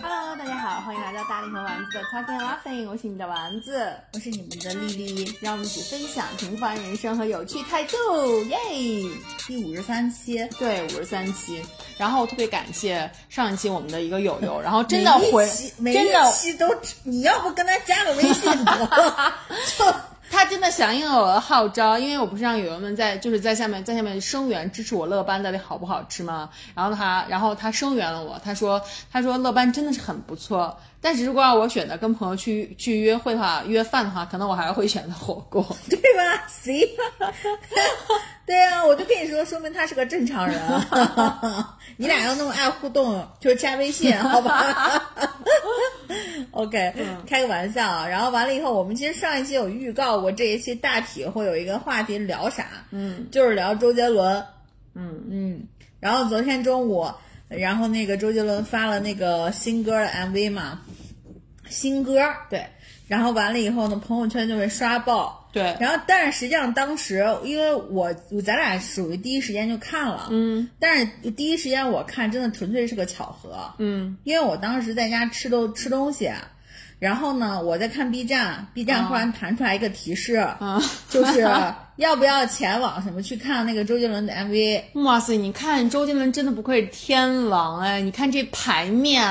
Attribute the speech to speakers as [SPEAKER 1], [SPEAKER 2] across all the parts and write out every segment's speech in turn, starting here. [SPEAKER 1] Hello，大家好，欢迎来到大力和丸子的 Talking Laughing，我是你的丸子，
[SPEAKER 2] 我呃是你们的丽丽，
[SPEAKER 1] 让我们一起分享平凡人生和有趣态度，耶！
[SPEAKER 2] 第五十三期，
[SPEAKER 1] 对，五十三期。然后特别感谢上一期我们的一个友友，然后真的回
[SPEAKER 2] 每一期每
[SPEAKER 1] 真的
[SPEAKER 2] 一期都，你要不跟他加个微信吧， 就
[SPEAKER 1] 他真的响应了我的号召，因为我不是让友友们在就是在下面在下面声援支持我乐班到底好不好吃吗？然后他然后他声援了我，他说他说乐班真的是很不错，但是如果让我选择跟朋友去去约会的话，约饭的话，可能我还会选择火锅。
[SPEAKER 2] 对吧？行， 对啊，我就跟你说，说明他是个正常人。 你俩要那么爱互动，就加微信，好吧 ？OK，、开个
[SPEAKER 1] 嗯
[SPEAKER 2] 玩笑啊。然后完了以后，我们其实上一期有预告过，这一期大体会有一个话题聊啥，
[SPEAKER 1] 嗯
[SPEAKER 2] 就是聊周杰伦。
[SPEAKER 1] 嗯
[SPEAKER 2] 嗯，然后昨天中午，然后那个周杰伦发了那个新歌的 MV 嘛，新歌对，然后完了以后呢，朋友圈就被刷爆。
[SPEAKER 1] 对，
[SPEAKER 2] 然后，但是实际上当时，因为我我咱俩属于第一时间就看了，
[SPEAKER 1] 嗯
[SPEAKER 2] 但是第一时间我看真的纯粹是个巧合，
[SPEAKER 1] 嗯
[SPEAKER 2] 因为我当时在家吃都吃东西，啊然后呢我在看 B 站，B
[SPEAKER 1] 哦
[SPEAKER 2] 站忽然弹出来一个提示，
[SPEAKER 1] 啊，
[SPEAKER 2] 就是要不要前往什么去看那个周杰伦的 MV，
[SPEAKER 1] 哇塞！你看周杰伦真的不愧是天王哎，你看这牌面，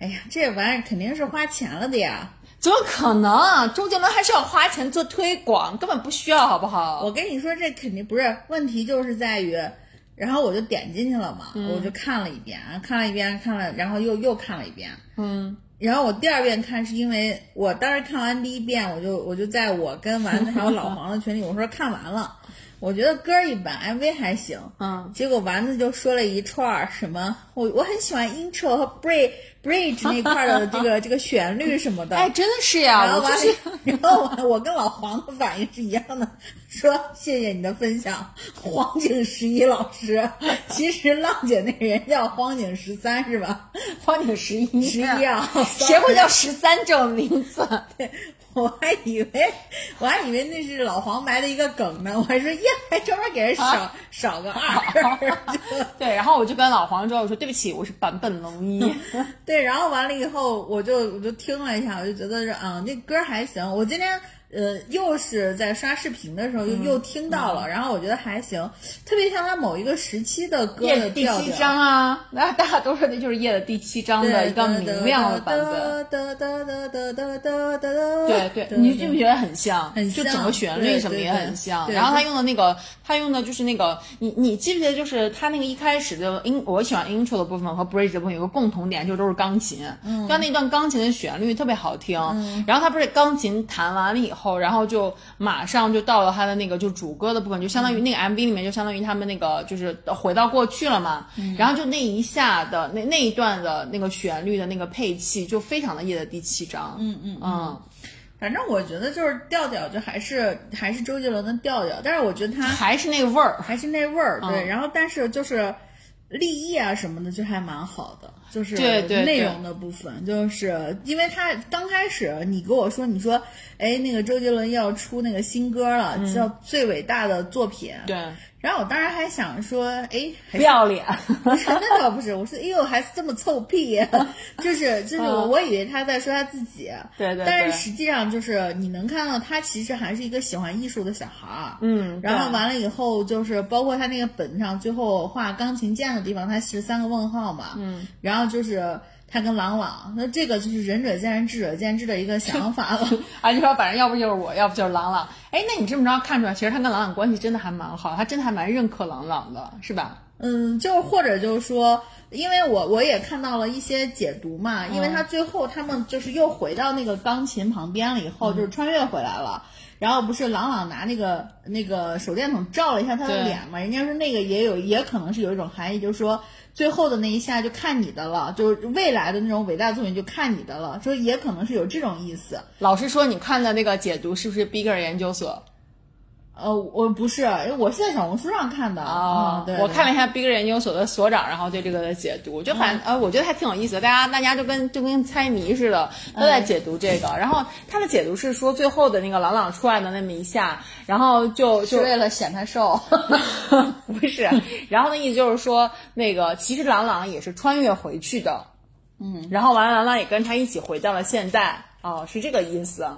[SPEAKER 2] 哎呀，这玩意儿肯定是花钱了的呀！
[SPEAKER 1] 怎么可能？周杰伦还是要花钱做推广，根本不需要，好不好？
[SPEAKER 2] 我跟你说，这肯定不是问题，就是在于，然后我就点进去了嘛，我就看了一遍，看了一遍，看了，然后又又看了一遍。
[SPEAKER 1] 嗯
[SPEAKER 2] 然后我第二遍看是因为我当时看完第一遍，我就我就在我跟丸子还有老黄的群里，我说看完了，我觉得歌儿一般，MV 还行。
[SPEAKER 1] 嗯，
[SPEAKER 2] 结果丸子就说了一串儿什么，我我很喜欢 intro 和 bridge bridge 那块儿的 这个这个旋律什么的。
[SPEAKER 1] 哎，真的是呀，
[SPEAKER 2] 然后
[SPEAKER 1] 我
[SPEAKER 2] 完
[SPEAKER 1] 就
[SPEAKER 2] 了
[SPEAKER 1] 是，
[SPEAKER 2] 然后我我跟老黄的反应是一样的，说谢谢你的分享，黄景十一 老师。其实浪姐那人叫黄景十三是吧？
[SPEAKER 1] 荒井十一
[SPEAKER 2] 十一，啊，
[SPEAKER 1] 谁会叫十三这种名字？
[SPEAKER 2] 我还以为我还以为那是老黄埋的一个梗呢，我还说耶，还专门给人少、
[SPEAKER 1] 啊
[SPEAKER 2] 少个二。
[SPEAKER 1] 对，然后我就跟老黄说，我说对不起，我是坂本龙 一。
[SPEAKER 2] 对，然后完了以后，我就我就听了一下，我就觉得是啊，那歌还行。我今天呃又是在刷视频的时候又、
[SPEAKER 1] 嗯
[SPEAKER 2] 又听到了，然后我觉得还行，特别像他某一个时期的歌
[SPEAKER 1] 夜
[SPEAKER 2] 的
[SPEAKER 1] 的第
[SPEAKER 2] 调
[SPEAKER 1] 七
[SPEAKER 2] 调。
[SPEAKER 1] 章 啊，那大家都说那就是夜的第七章的一个明亮的版本。
[SPEAKER 2] 本。对
[SPEAKER 1] 对对，你记不觉得很像？
[SPEAKER 2] 很像
[SPEAKER 1] 就整个旋律什么也很像。
[SPEAKER 2] 对对对对
[SPEAKER 1] 然后他用的那个，他用的就是那个，你你记不记得就是他那个一开始的 in，我喜欢 intro 的部分和 bridge 的部分有个共同点，就都是钢琴。嗯，就那段钢琴的旋律特别好听。嗯，然后他不是钢琴弹完了以后，然后就马上就到了他的那个就主歌的部分，就相当于那个 MV 里面就相当于他们那个就是回到过去了嘛。嗯，然后就那一下的那那一段的那个旋律的那个配器就非常的夜的第七章。嗯嗯嗯。
[SPEAKER 2] 反正我觉得就是调调，就还是还是周杰伦的调调，但是我觉得他
[SPEAKER 1] 还是那个味儿。
[SPEAKER 2] 还是那味儿，
[SPEAKER 1] 嗯
[SPEAKER 2] 对。然后但是就是立意啊什么的，就还蛮好的，就是
[SPEAKER 1] 对对
[SPEAKER 2] 内容的部分，就是因为他刚开始你跟我说，你说哎那个周杰伦要出那个新歌了，叫《最伟大的作品》。
[SPEAKER 1] 嗯对，
[SPEAKER 2] 然后我当时还想说，哎，还
[SPEAKER 1] 不要脸。
[SPEAKER 2] 不是， 那倒不是。我说，哎呦，还是这么臭屁， 就是就是我，
[SPEAKER 1] 嗯
[SPEAKER 2] 我以为他在说他自己，
[SPEAKER 1] 对对
[SPEAKER 2] 但
[SPEAKER 1] 对
[SPEAKER 2] 是实际上就是你能看到他其实还是一个喜欢艺术的小孩儿，
[SPEAKER 1] 嗯
[SPEAKER 2] 然后
[SPEAKER 1] 对
[SPEAKER 2] 完了以后就是包括他那个本上最后画钢琴键的地方，他十三个问号嘛，嗯，然后就是。他跟郎朗，那这个就是仁者见仁，智者见智的一个想法了。
[SPEAKER 1] 啊，就说反正要不就是我，要不就是朗朗。哎，那你这么着看出来，其实他跟朗朗关系真的还蛮好，他真的还蛮认可朗朗的，是吧？
[SPEAKER 2] 嗯，就是或者就是说，因为我我也看到了一些解读嘛，因为
[SPEAKER 1] 嗯
[SPEAKER 2] 他最后他们就是又回到那个钢琴旁边了以后，
[SPEAKER 1] 嗯
[SPEAKER 2] 就是穿越回来了。然后不是朗朗拿那个那个手电筒照了一下他的
[SPEAKER 1] 对
[SPEAKER 2] 脸嘛，人家说那个也有也可能是有一种含义，就是说最后的那一下就看你的了，就是未来的那种伟大作品就看你的了，说也可能是有这种意思。
[SPEAKER 1] 老师说你看的那个解读是不是 Bigger 研究所
[SPEAKER 2] 呃，我不是，因为我是在小红书上看的
[SPEAKER 1] 啊
[SPEAKER 2] 嗯？对，
[SPEAKER 1] 我
[SPEAKER 2] 对
[SPEAKER 1] 看了一下 Bigger 研究所的所长，然后对这个的解读，就反呃，我觉得还挺有意思的。大家大家就跟就跟猜谜似的，都在解读这个。然后他的解读是说，最后的那个朗朗出来的那么一下，然后就就是
[SPEAKER 2] 为了显他瘦。
[SPEAKER 1] 不是，然后那意思就是说，那个其实朗朗也是穿越回去的，嗯，然后完了完了也跟他一起回到了现代，哦，是这个意思。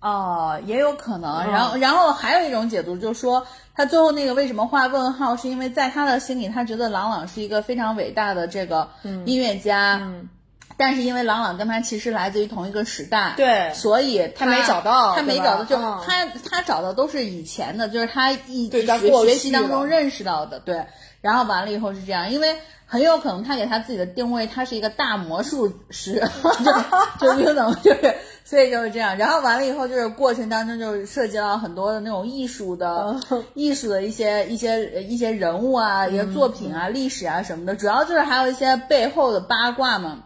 [SPEAKER 2] 哦，也有可
[SPEAKER 1] 啊
[SPEAKER 2] 能。然后，然后还有一种解读就是说，他最后那个为什么画问号，是因为在他的心里，他觉得朗朗是一个非常伟大的这个音乐家，
[SPEAKER 1] 嗯
[SPEAKER 2] 但是因为朗朗跟他其实来自于同一个时代，
[SPEAKER 1] 对
[SPEAKER 2] 所以
[SPEAKER 1] 他没找到
[SPEAKER 2] 他没
[SPEAKER 1] 对吧
[SPEAKER 2] 找到，就、
[SPEAKER 1] 嗯
[SPEAKER 2] 他他找的都是以前的，就是他一
[SPEAKER 1] 对他
[SPEAKER 2] 学
[SPEAKER 1] 过去
[SPEAKER 2] 学习当中
[SPEAKER 1] 了
[SPEAKER 2] 认识到的，对。然后完了以后是这样，因为很有可能他给他自己的定位，他是一个大魔术师， 就就有可能就是，所以就是这样。然后完了以后，就是过程当中就是涉及到很多的那种艺术的、艺术的一些一些一些人物啊、一些作品啊、历史啊什么的，主要就是还有一些背后的八卦嘛。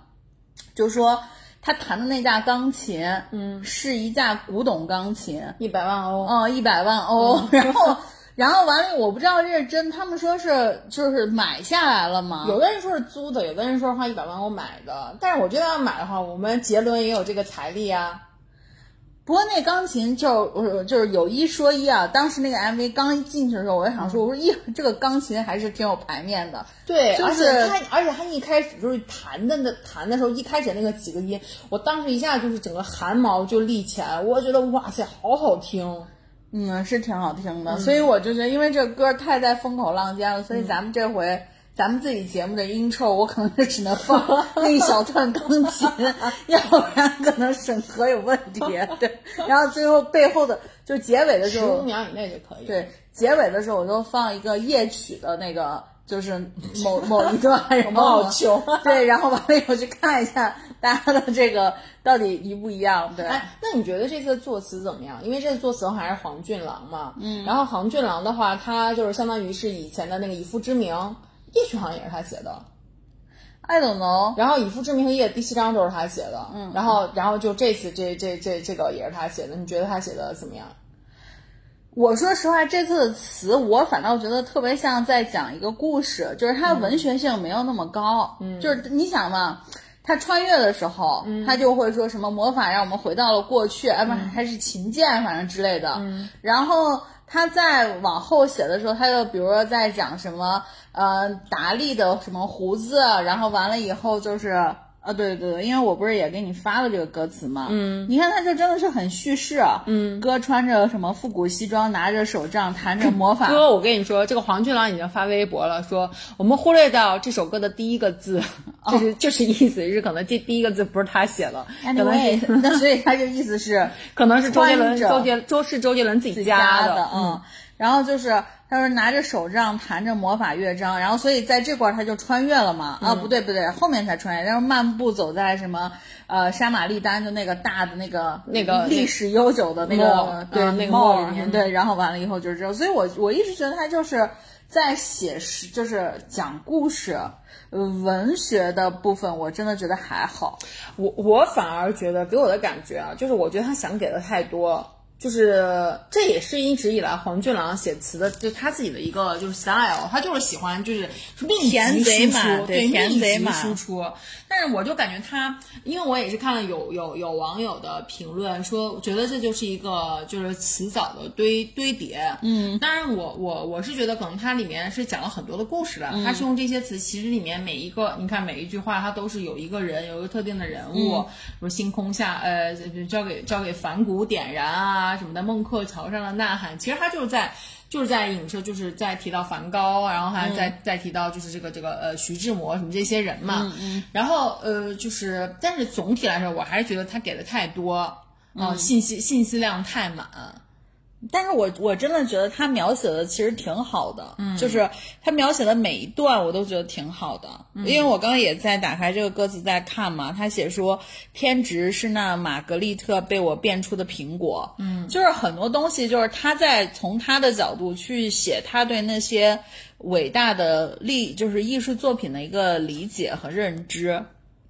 [SPEAKER 2] 就是说他弹的那架钢琴，嗯，是一架古董钢琴，
[SPEAKER 1] 一百万欧，
[SPEAKER 2] 哦，一百万欧，
[SPEAKER 1] 嗯
[SPEAKER 2] 然后。然后完了，我不知道这是真，他们说是就是买下来了吗？
[SPEAKER 1] 有的人说是租的，有的人说花一百万欧买的，但是我觉得要买的话，我们杰伦也有这个财力啊。
[SPEAKER 2] 不过那钢琴就呃就是有一说一啊，当时那个 MV 刚进去的时候，我就想
[SPEAKER 1] 嗯
[SPEAKER 2] 说，我说咦，这个钢琴还是挺有排面的，
[SPEAKER 1] 对，
[SPEAKER 2] 就
[SPEAKER 1] 而
[SPEAKER 2] 是
[SPEAKER 1] 且他，而且他一开始就是弹的那弹的时候，一开始那个几个音，我当时一下就是整个汗毛就立起来，我觉得哇塞，好好听。
[SPEAKER 2] 嗯，是挺好听的。所以我就觉得，因为这个歌太在风口浪尖了，所以
[SPEAKER 1] 嗯
[SPEAKER 2] 咱们这回。咱们自己节目的 intro，我可能是只能放 那一小段钢琴，要不然可能审核有问 题。对，然后最后背后的就结尾的时
[SPEAKER 1] 十
[SPEAKER 2] 候
[SPEAKER 1] 五，秒以内就可以。，
[SPEAKER 2] 对，结尾的时候我就放一个夜曲的那个，就是某某 一段，然后
[SPEAKER 1] 我好穷啊
[SPEAKER 2] 对，然后完了以后去看一下大家的这个到底一不一样，对。
[SPEAKER 1] 哎，那你觉得这次的作词怎么样？因为这次作词还是黄俊郎嘛，嗯，然后黄俊郎的话，他就是相当于是以前的那个《以父之名》，夜曲好像也是他写的，
[SPEAKER 2] I don't know，
[SPEAKER 1] 然后《以父之名》和《夜》第七章都是他写的，嗯，然后然后就这次这这这这个也是他写的，你觉得他写的怎么样？
[SPEAKER 2] 我说实话，这次的词我反倒觉得特别像在讲一个故事，就是它
[SPEAKER 1] 嗯
[SPEAKER 2] 的文学性没有那么高。嗯，就是你想嘛，他穿越的时候，他就会说什么魔法让我们回到了过去，哎、不、还是琴键，反正之类的。嗯，然后他再往后写的时候，他就比如说在讲什么呃达利的什么胡子，然后完了以后就是啊，对对对，因为我不是也给你发了这个歌词嘛，嗯，你看他这真的是很叙事，嗯，哥穿着什么复古西装，拿着手杖，弹着魔法，
[SPEAKER 1] 哥，我跟你说，这个黄俊郎已经发微博了，说我们忽略到这首歌的第一个字，就是就是意思是可能这第一个字不是他写的， 可能
[SPEAKER 2] anyway，
[SPEAKER 1] 是
[SPEAKER 2] 那所以他这意思是
[SPEAKER 1] 可能是周杰
[SPEAKER 2] 穿
[SPEAKER 1] 伦，
[SPEAKER 2] 着
[SPEAKER 1] 周杰周是周杰伦自己
[SPEAKER 2] 自己家
[SPEAKER 1] 的，
[SPEAKER 2] 嗯。然后就是，他说拿着手杖弹着魔法乐章，然后所以在这块儿他就穿越了嘛？
[SPEAKER 1] 嗯
[SPEAKER 2] 啊，不对不对，后面才穿越，然后漫步走在什么呃沙马利丹就那个大的那个
[SPEAKER 1] 那个
[SPEAKER 2] 历史悠久的那个
[SPEAKER 1] mall，
[SPEAKER 2] 对、
[SPEAKER 1] 嗯那个
[SPEAKER 2] mall
[SPEAKER 1] mall，
[SPEAKER 2] 里面
[SPEAKER 1] 嗯
[SPEAKER 2] 对，然后完了以后就是这样，所以我我一直觉得他就是在写实，就是讲故事。呃文学的部分我真的觉得还好，
[SPEAKER 1] 我我反而觉得给我的感觉啊，就是我觉得他想给的太多，就是这也是一直以来黄俊郎写词的，就他自己的一个就是 style，他就是喜欢就是密
[SPEAKER 2] 田
[SPEAKER 1] 集
[SPEAKER 2] 贼
[SPEAKER 1] 输
[SPEAKER 2] 嘛
[SPEAKER 1] 出，
[SPEAKER 2] 对
[SPEAKER 1] 对
[SPEAKER 2] 田
[SPEAKER 1] 密
[SPEAKER 2] 贼
[SPEAKER 1] 集
[SPEAKER 2] 嘛
[SPEAKER 1] 输出。但是我就感觉他，因为我也是看了有有有网友的评论说，我觉得这就是一个就是词藻的堆堆叠。嗯，当然我我我是觉得可能它里面是讲了很多的故事的，它是用这些词，其实里面每一个你看每一句话，它都是有一个人，有一个特定的人物，比如星空下呃交给交给梵谷点燃啊什么的，孟克桥上的呐喊，其实它就是在。就是在影射，就是在提到梵高，然后还在、再提到就是这个这个呃徐志摩什么这些人嘛，然后呃就是，但是总体来说，我还是觉得他给的太多，呃、信息信息量太满，
[SPEAKER 2] 但是我我真的觉得他描写的其实挺好的，嗯，就是他描写的每一段我都觉得挺好的，因为我刚刚也在打开这个歌词在看嘛，他写说偏执是那玛格丽特被我变出的苹果，嗯，就是很多东西就是他在从他的角度去写他对那些伟大的历就是艺术作品的一个理解和认知，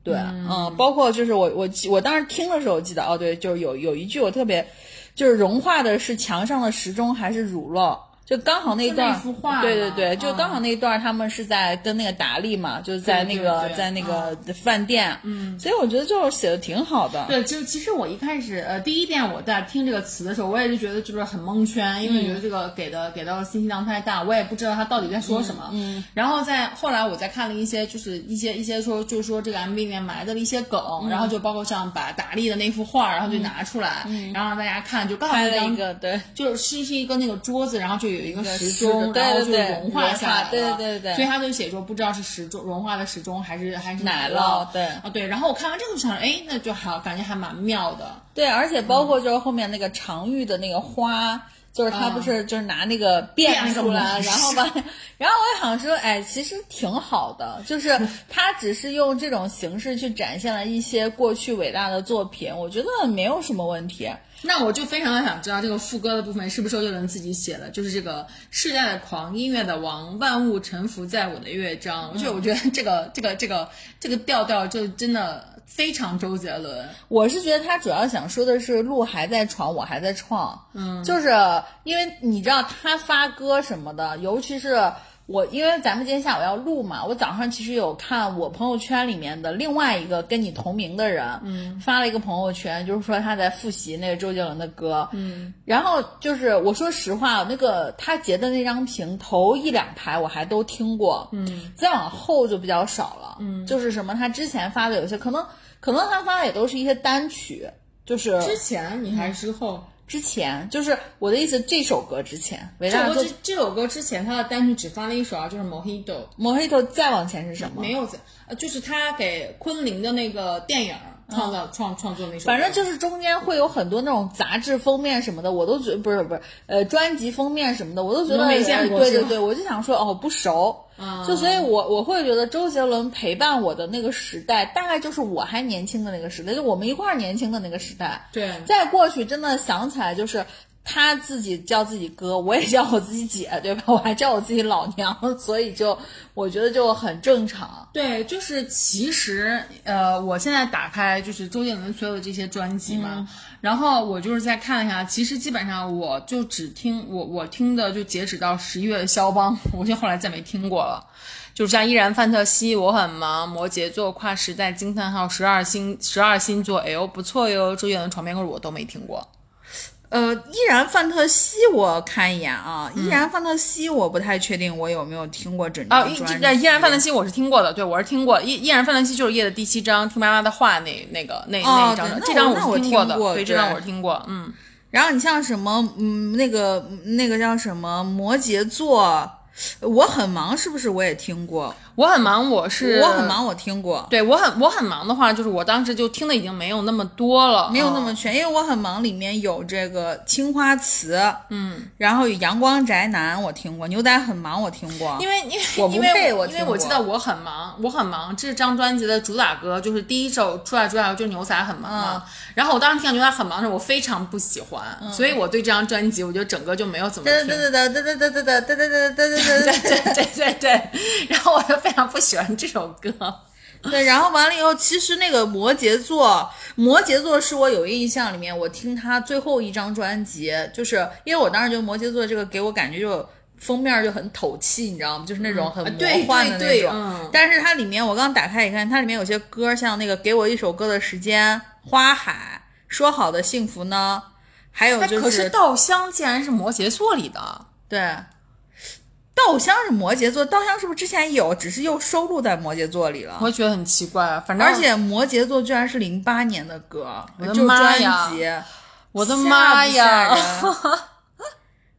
[SPEAKER 2] 对，嗯，包括就是我我记我当时听的时候记得，哦，对，就是有有一句我特别，就是融化的是墙上的时钟还是乳酪，就刚好那一段
[SPEAKER 1] 就那幅画嘛
[SPEAKER 2] 对对对，
[SPEAKER 1] 嗯
[SPEAKER 2] 就刚好那一段他们是在跟那个达利嘛，就是在那
[SPEAKER 1] 对
[SPEAKER 2] 个
[SPEAKER 1] 对对
[SPEAKER 2] 在那个饭店，嗯，所以我觉得就是写的挺好的，
[SPEAKER 1] 对，就其实我一开始呃第一遍我在听这个词的时候，我也是觉得就是很蒙圈，因为
[SPEAKER 2] 嗯
[SPEAKER 1] 觉得这个给的给到的信息量太大，我也不知道他到底在说什么。嗯，然后在后来我再看了一些就是一些一些说就是说这个 MV 里面埋的一些梗，
[SPEAKER 2] 嗯
[SPEAKER 1] 然后就包括像把达利的那幅画，然后就拿出来，然后让大家看，就刚好
[SPEAKER 2] 嗯拍
[SPEAKER 1] 那
[SPEAKER 2] 了
[SPEAKER 1] 张
[SPEAKER 2] 一个对。
[SPEAKER 1] 就是是是一个那个桌子，然后就有一个时
[SPEAKER 2] 一
[SPEAKER 1] 钟，
[SPEAKER 2] 个对
[SPEAKER 1] 然后
[SPEAKER 2] 对
[SPEAKER 1] 就
[SPEAKER 2] 对
[SPEAKER 1] 融化下来了，
[SPEAKER 2] 融化对对对对
[SPEAKER 1] 所以他就写说不知道是时钟融化的时钟还是还是
[SPEAKER 2] 奶
[SPEAKER 1] 奶
[SPEAKER 2] 酪对
[SPEAKER 1] 啊对，然后我看完这个就想，哎，那就好，感觉还蛮妙的，
[SPEAKER 2] 对，而且包括就是后面那个常玉的那个花，就是他不是就是拿那个变
[SPEAKER 1] 变
[SPEAKER 2] 出来，
[SPEAKER 1] 出来
[SPEAKER 2] 然后吧，然后我也想说，哎，其实挺好的，就是他只是用这种形式去展现了一些过去伟大的作品，我觉得没有什么问题。
[SPEAKER 1] 那我就非常想知道这个副歌的部分是不是周杰伦自己写的，就是这个世代的狂，音乐的王，万物臣服在我的乐章。
[SPEAKER 2] 嗯
[SPEAKER 1] 就我觉得这个这个这个这个调调就真的非常周杰伦。
[SPEAKER 2] 我是觉得他主要想说的是，路还在闯，我还在创。嗯，就是因为你知道他发歌什么的，尤其是我，因为咱们今天下午要录嘛，我早上其实有看我朋友圈里面的另外一个跟你同名的人，嗯，发了一个朋友圈，就是说他在复习那个周杰伦的歌，嗯，然后就是我说实话，那个他截的那张屏头一两排我还都听过，嗯，再往后就比较少了，嗯，就是什么他之前发的有些可能。可能他发的也都是一些单曲，就是
[SPEAKER 1] 之前你还是之后？
[SPEAKER 2] 之前，就是我的意思，这首歌之前，伟
[SPEAKER 1] 这
[SPEAKER 2] 大
[SPEAKER 1] 首
[SPEAKER 2] 的
[SPEAKER 1] 歌这这首歌之前他的单曲只发了一首啊，就是 Mojito。
[SPEAKER 2] Mojito 再往前是什么
[SPEAKER 1] 没？有在，呃，就是他给昆凌的那个电影儿创造、创创作那首歌，
[SPEAKER 2] 嗯反正就是中间会有很多那种杂志封面什么的，我都觉不是不是，呃，专辑封面什么的，我都觉得
[SPEAKER 1] 都没见过
[SPEAKER 2] 呃对
[SPEAKER 1] 是
[SPEAKER 2] 对
[SPEAKER 1] 吧
[SPEAKER 2] 对，我就想说哦，不熟，
[SPEAKER 1] 嗯
[SPEAKER 2] 就所以我我会觉得周杰伦陪伴我的那个时代，大概就是我还年轻的那个时代，就我们一块儿年轻的那个时代。
[SPEAKER 1] 对
[SPEAKER 2] 再过去真的想起来就是。他自己叫自己哥，我也叫我自己姐，对吧？我还叫我自己老娘，所以就我觉得就很正常。
[SPEAKER 1] 对，就是其实呃，我现在打开就是周杰伦所有的这些专辑嘛，然后我就是再看一下，其实基本上我就只听我我听的就截止到十一月的肖邦， 我就后来再没听过了。就是像依然范特西，我很忙，摩羯座跨时代惊叹号十二星十二星座，哎呦不错哟，周杰伦床边故事我都没听过。
[SPEAKER 2] 呃，依然范特西，我看一眼啊，依然范特西，我不太确定我有没有听过整
[SPEAKER 1] 哦，
[SPEAKER 2] 张
[SPEAKER 1] 依
[SPEAKER 2] 专
[SPEAKER 1] 这依然范特
[SPEAKER 2] 西，
[SPEAKER 1] 西我是听过的，对我是听过依依然范特西就是夜的第七章，听妈妈的话那那个那、
[SPEAKER 2] 哦
[SPEAKER 1] 那一张
[SPEAKER 2] 对
[SPEAKER 1] 的，
[SPEAKER 2] 那
[SPEAKER 1] 这张
[SPEAKER 2] 我那我
[SPEAKER 1] 是
[SPEAKER 2] 听
[SPEAKER 1] 过的，
[SPEAKER 2] 过
[SPEAKER 1] 对，
[SPEAKER 2] 对
[SPEAKER 1] 这张我是听过，嗯，
[SPEAKER 2] 然后你像什么，嗯，那个那个叫什么摩羯座，我很忙，是不是我也听过？
[SPEAKER 1] 我很忙，我是
[SPEAKER 2] 我很，忙，我听过，
[SPEAKER 1] 对我很我很忙的话，就是我当时就听的已经没有那么多了，
[SPEAKER 2] 没有
[SPEAKER 1] 嗯
[SPEAKER 2] 那么全，因为我很忙里面有这个青花瓷，
[SPEAKER 1] 嗯，
[SPEAKER 2] 然后有阳光宅男我听过，牛仔很忙我听过，
[SPEAKER 1] 因为因为
[SPEAKER 2] 我不
[SPEAKER 1] 因为
[SPEAKER 2] 配我
[SPEAKER 1] 因
[SPEAKER 2] 听
[SPEAKER 1] 为我记
[SPEAKER 2] 过
[SPEAKER 1] 得我很忙，我很忙，这张专辑的主打歌就是第一首出来主打歌就是牛仔很忙
[SPEAKER 2] 嗯
[SPEAKER 1] 嘛，然后我当时听到牛仔很忙的时候，我非常不喜欢，所以我对这张专辑我就整个就没有怎么
[SPEAKER 2] 哒
[SPEAKER 1] 听。
[SPEAKER 2] 哒哒哒哒哒哒哒哒哒哒哒哒哒。
[SPEAKER 1] 对对对对， 然后我就非常不喜欢这首歌。
[SPEAKER 2] 对，然后完了以后，其实那个摩羯座，摩羯座是我有印象里面，我听他最后一张专辑，就是因为我当时觉得摩羯座这个给我感觉就封面就很透气，你知道吗？就是那种很
[SPEAKER 1] 啊
[SPEAKER 2] 魔
[SPEAKER 1] 对
[SPEAKER 2] 幻的
[SPEAKER 1] 对对
[SPEAKER 2] 那种。
[SPEAKER 1] 嗯
[SPEAKER 2] 但是它里面，我刚打开一看，它里面有些歌，像那个《给我一首歌的时间》、《花海》、《说好的幸福呢》，还有就
[SPEAKER 1] 哎可是稻香竟然是摩羯座里的，
[SPEAKER 2] 对，稻香是摩羯座，稻香是不是之前有，只是又收录在摩羯座里了？
[SPEAKER 1] 我觉得很奇怪。反正
[SPEAKER 2] 而且摩羯座居然是零八年的歌，
[SPEAKER 1] 嗯我的
[SPEAKER 2] 就
[SPEAKER 1] 妈
[SPEAKER 2] 专
[SPEAKER 1] 呀
[SPEAKER 2] 辑，
[SPEAKER 1] 我的妈呀！
[SPEAKER 2] 吓不吓人！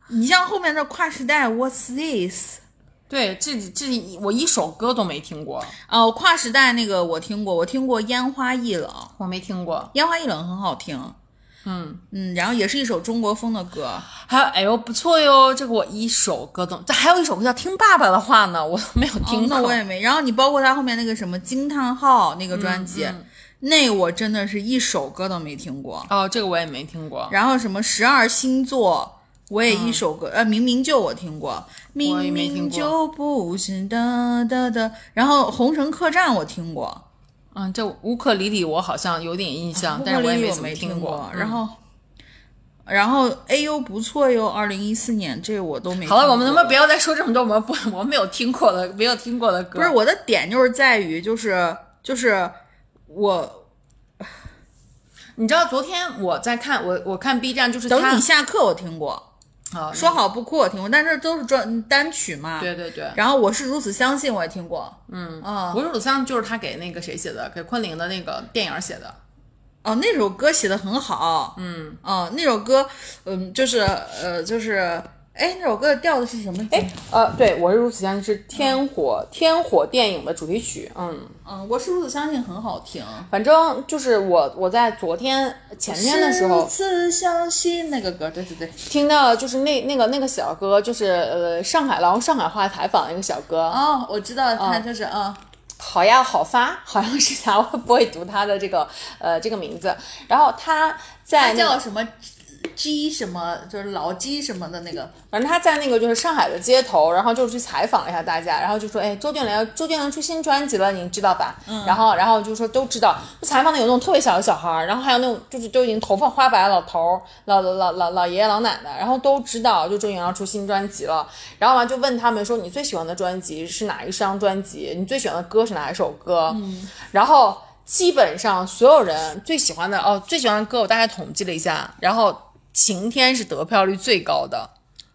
[SPEAKER 2] 你像后面的跨时代，What's this？
[SPEAKER 1] 对，这这我一首歌都没听过，
[SPEAKER 2] 哦，跨时代那个我听过，我听过《烟花易冷》，《
[SPEAKER 1] 我没听过。
[SPEAKER 2] 烟花易冷》很好听，
[SPEAKER 1] 嗯，
[SPEAKER 2] 嗯，然后也是一首中国风的歌。
[SPEAKER 1] 还有哎呦不错哟，这个我一首歌都，这还有一首歌叫《听爸爸的话》呢，我都没有
[SPEAKER 2] 哦
[SPEAKER 1] 听，过。
[SPEAKER 2] 那我也没。然后你包括他后面那个什么惊叹号那个专
[SPEAKER 1] 嗯
[SPEAKER 2] 辑，那我真的是一首歌都没听过。
[SPEAKER 1] 哦，这个我也没听过。
[SPEAKER 2] 然后什么十二星座，我也一首歌，呃，明明就我听过，
[SPEAKER 1] 嗯也
[SPEAKER 2] 明
[SPEAKER 1] 没听
[SPEAKER 2] 明
[SPEAKER 1] 过
[SPEAKER 2] 就不是哒哒哒。然后红绳客栈我听过，
[SPEAKER 1] 嗯，啊这乌克丽丽我好像有点印象，但是
[SPEAKER 2] 乌克
[SPEAKER 1] 我也
[SPEAKER 2] 丽丽
[SPEAKER 1] 没
[SPEAKER 2] 我
[SPEAKER 1] 怎么
[SPEAKER 2] 没
[SPEAKER 1] 听
[SPEAKER 2] 过。
[SPEAKER 1] 嗯
[SPEAKER 2] 然后然后哎呦不错哟，二零一四年这我都没听
[SPEAKER 1] 好
[SPEAKER 2] 过。
[SPEAKER 1] 了，我们能不能不要再说这么多我们不我们没有听过的没有听过的歌？
[SPEAKER 2] 不是我的点就是在于就是就是我
[SPEAKER 1] 你知道昨天我在看我我看 B 站，就是
[SPEAKER 2] 等
[SPEAKER 1] 他
[SPEAKER 2] 你下课我听过，
[SPEAKER 1] 啊
[SPEAKER 2] 说好不哭我听过，但是都是专单曲嘛。
[SPEAKER 1] 对。对对，
[SPEAKER 2] 然后我是如此相信我也听过，嗯啊
[SPEAKER 1] 我说鲁桑就是他给那个谁写的，给昆凌的那个电影写的。
[SPEAKER 2] 哦那首歌写的很好，嗯哦那首歌嗯就是呃就是哎那首歌的调子是什么？哎
[SPEAKER 1] 呃，对，我是如此相信是天火、天火电影的主题曲，嗯，
[SPEAKER 2] 嗯我是如此相信很好听，
[SPEAKER 1] 反正就是我我在昨天前天的时
[SPEAKER 2] 是
[SPEAKER 1] 候
[SPEAKER 2] 如此相信那个歌，对对对，
[SPEAKER 1] 听到就是那那个那个小哥，就是呃上海然后上海话采访那个小哥，
[SPEAKER 2] 哦我知道他就是嗯
[SPEAKER 1] 好呀好发，好像是他，我 不会读他的这个呃这个名字，然后他在
[SPEAKER 2] 他
[SPEAKER 1] 那个
[SPEAKER 2] 叫什么 G 什么，就是老鸡什么的那个，
[SPEAKER 1] 反正他在那个就是上海的街头，然后就是去采访了一下大家，然后就说，哎，周杰伦要周杰伦出新专辑了，你知道吧？然后然后就说都知道，就采访的有那种特别小的小孩儿，然后还有那种就是都已经头发花白的老头儿、老老老老老爷爷老奶奶，然后都知道就周杰伦要出新专辑了，然后完就问他们说，你最喜欢的专辑是哪一张专辑？你最喜欢的歌是哪一首歌？嗯，然后。基本上所有人最喜欢的哦，最喜欢的歌我大概统计了一下，然后《晴天》是得票率最高的，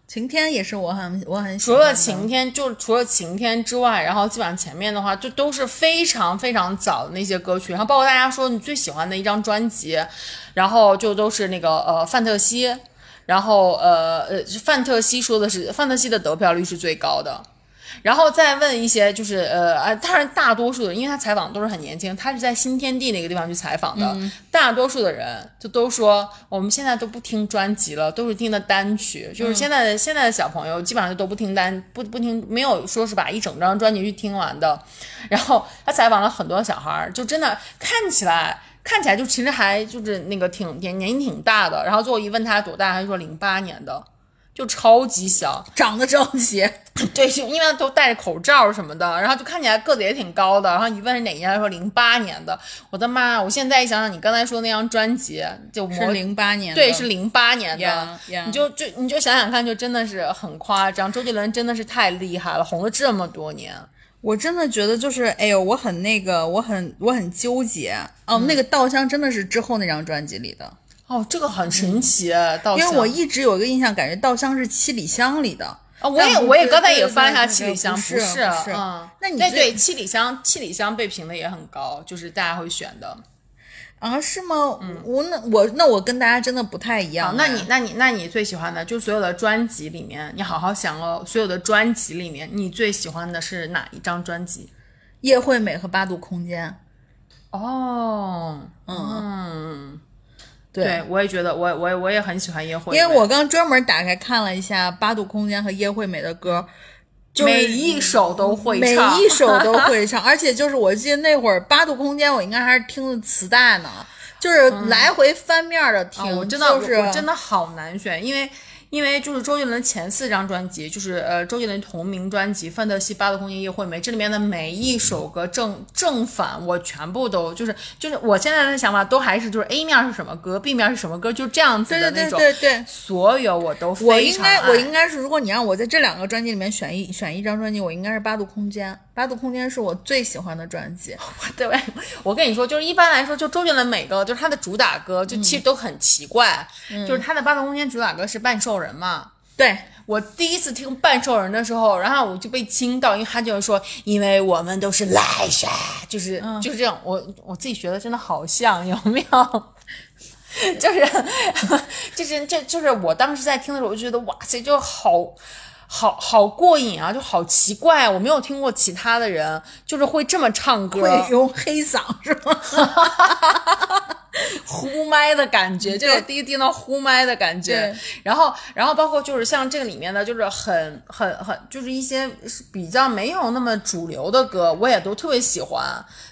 [SPEAKER 2] 晴天也是我很我很喜
[SPEAKER 1] 除
[SPEAKER 2] 欢的
[SPEAKER 1] 了晴天，就除了晴天之外，然后基本上前面的话就都是非常非常早的那些歌曲，然后包括大家说你最喜欢的一张专辑，然后就都是那个呃范特西，然后呃呃范特西说的是范特西的得票率是最高的。然后再问一些，就是呃啊，当然大多数的人，因为他采访都是很年轻，他是在新天地那个地方去采访的，大多数的人就都说我们现在都不听专辑了，都是听的单曲，就是现在的、现在的小朋友基本上就都不听单不不听，没有说是把一整张专辑去听完的。然后他采访了很多小孩儿，就真的看起来。看起来就其实还就是那个挺年年纪挺大的，然后最后一问他多大，他就说零八年的，就超级小。
[SPEAKER 2] 长得整齐，
[SPEAKER 1] 对，就因为他都戴着口罩什么的，然后就看起来个子也挺高的。然后你问是哪年，他说零八年的。我的妈！我现在一想想，你刚才说那张专辑，就模
[SPEAKER 2] 是零八年的，
[SPEAKER 1] 对是零八年的
[SPEAKER 2] Yeah, yeah
[SPEAKER 1] 你就就你就想想看，就真的是很夸张。周杰伦真的是太厉害了，红了这么多年。
[SPEAKER 2] 我真的觉得就是，哎呦，我很那个，我很我很纠结。哦，那个《稻香》真的是之后那张专辑里的，
[SPEAKER 1] 哦，这个很神奇，到
[SPEAKER 2] 因为我
[SPEAKER 1] 一
[SPEAKER 2] 一直有一个印象，感觉《稻香》是七里香里的。
[SPEAKER 1] 啊，我也
[SPEAKER 2] 但不
[SPEAKER 1] 我也
[SPEAKER 2] 是
[SPEAKER 1] 刚才
[SPEAKER 2] 对
[SPEAKER 1] 也
[SPEAKER 2] 对
[SPEAKER 1] 翻一下
[SPEAKER 2] 对
[SPEAKER 1] 七
[SPEAKER 2] 对
[SPEAKER 1] 里香，
[SPEAKER 2] 不是
[SPEAKER 1] 是，
[SPEAKER 2] 不是
[SPEAKER 1] 嗯，
[SPEAKER 2] 那你
[SPEAKER 1] 对
[SPEAKER 2] 这
[SPEAKER 1] 对七里香七里香被评的也很高，就是大家会选的。
[SPEAKER 2] 啊，是吗？我那我那我跟大家真的不太一
[SPEAKER 1] 嗯
[SPEAKER 2] 样、
[SPEAKER 1] 哦那
[SPEAKER 2] 哎
[SPEAKER 1] 你那你那你最喜欢的，就所有的专辑里面，你好好想哦，所有的专辑里面，你最喜欢的是哪一张专辑？
[SPEAKER 2] 叶惠美和八度空间，
[SPEAKER 1] 哦，嗯，
[SPEAKER 2] 对
[SPEAKER 1] 对，我也觉得，我也我也我也很喜欢叶惠美，
[SPEAKER 2] 因为我刚专门打开看了一下八度空间和叶惠美的歌，就是
[SPEAKER 1] 每一首都会
[SPEAKER 2] 每
[SPEAKER 1] 唱，
[SPEAKER 2] 一首都会唱，而且就是我记得那会儿《八度空间》，我应该还是听的磁带呢，就是来回翻面的听。
[SPEAKER 1] 啊嗯我真的、
[SPEAKER 2] 就是
[SPEAKER 1] 我我真的好难选，因为因为就是周杰伦前四张专辑，就是呃周杰伦同名专辑《范特西》《八度空间》《叶惠美》，这里面的每一首歌正正反我全部都就是就是我现在的想法都还是就是 A 面是什么歌，B 面是什么歌，就这样子
[SPEAKER 2] 对
[SPEAKER 1] 的
[SPEAKER 2] 对
[SPEAKER 1] 那
[SPEAKER 2] 对
[SPEAKER 1] 种，
[SPEAKER 2] 对对。
[SPEAKER 1] 所有我都
[SPEAKER 2] 我
[SPEAKER 1] 非
[SPEAKER 2] 应
[SPEAKER 1] 常
[SPEAKER 2] 该，我应
[SPEAKER 1] 爱
[SPEAKER 2] 该是，如果你让我在这两个专辑里面选一选一张专辑，我应该是《八度空间》。《八度空间》是我最喜欢的专辑，
[SPEAKER 1] 对吧？ 我跟你说，就是一般来说，就周杰伦每个就是他的主打歌，就
[SPEAKER 2] 嗯
[SPEAKER 1] 其实都很奇怪，就是他的《八度空间》主打歌是《半兽人》嘛，
[SPEAKER 2] 对，
[SPEAKER 1] 我第一次听半兽人的时候，然后我就被惊到，因为他就是说，因为我们都是来者，就是、就是这种，我我自己学的真的好像，有没有？就是就是这就是我当时在听的时候，我就觉得哇塞，就好。好好过瘾啊，就好奇怪啊、我没有听过其他的人就是会这么唱歌，
[SPEAKER 2] 会用黑嗓是吗？
[SPEAKER 1] 呼麦的感觉，这个第一听到呼麦的感觉
[SPEAKER 2] 嗯对，
[SPEAKER 1] 然后然后包括就是像这个里面的，就是很很很就是一些是比较没有那么主流的歌，我也都特别喜欢，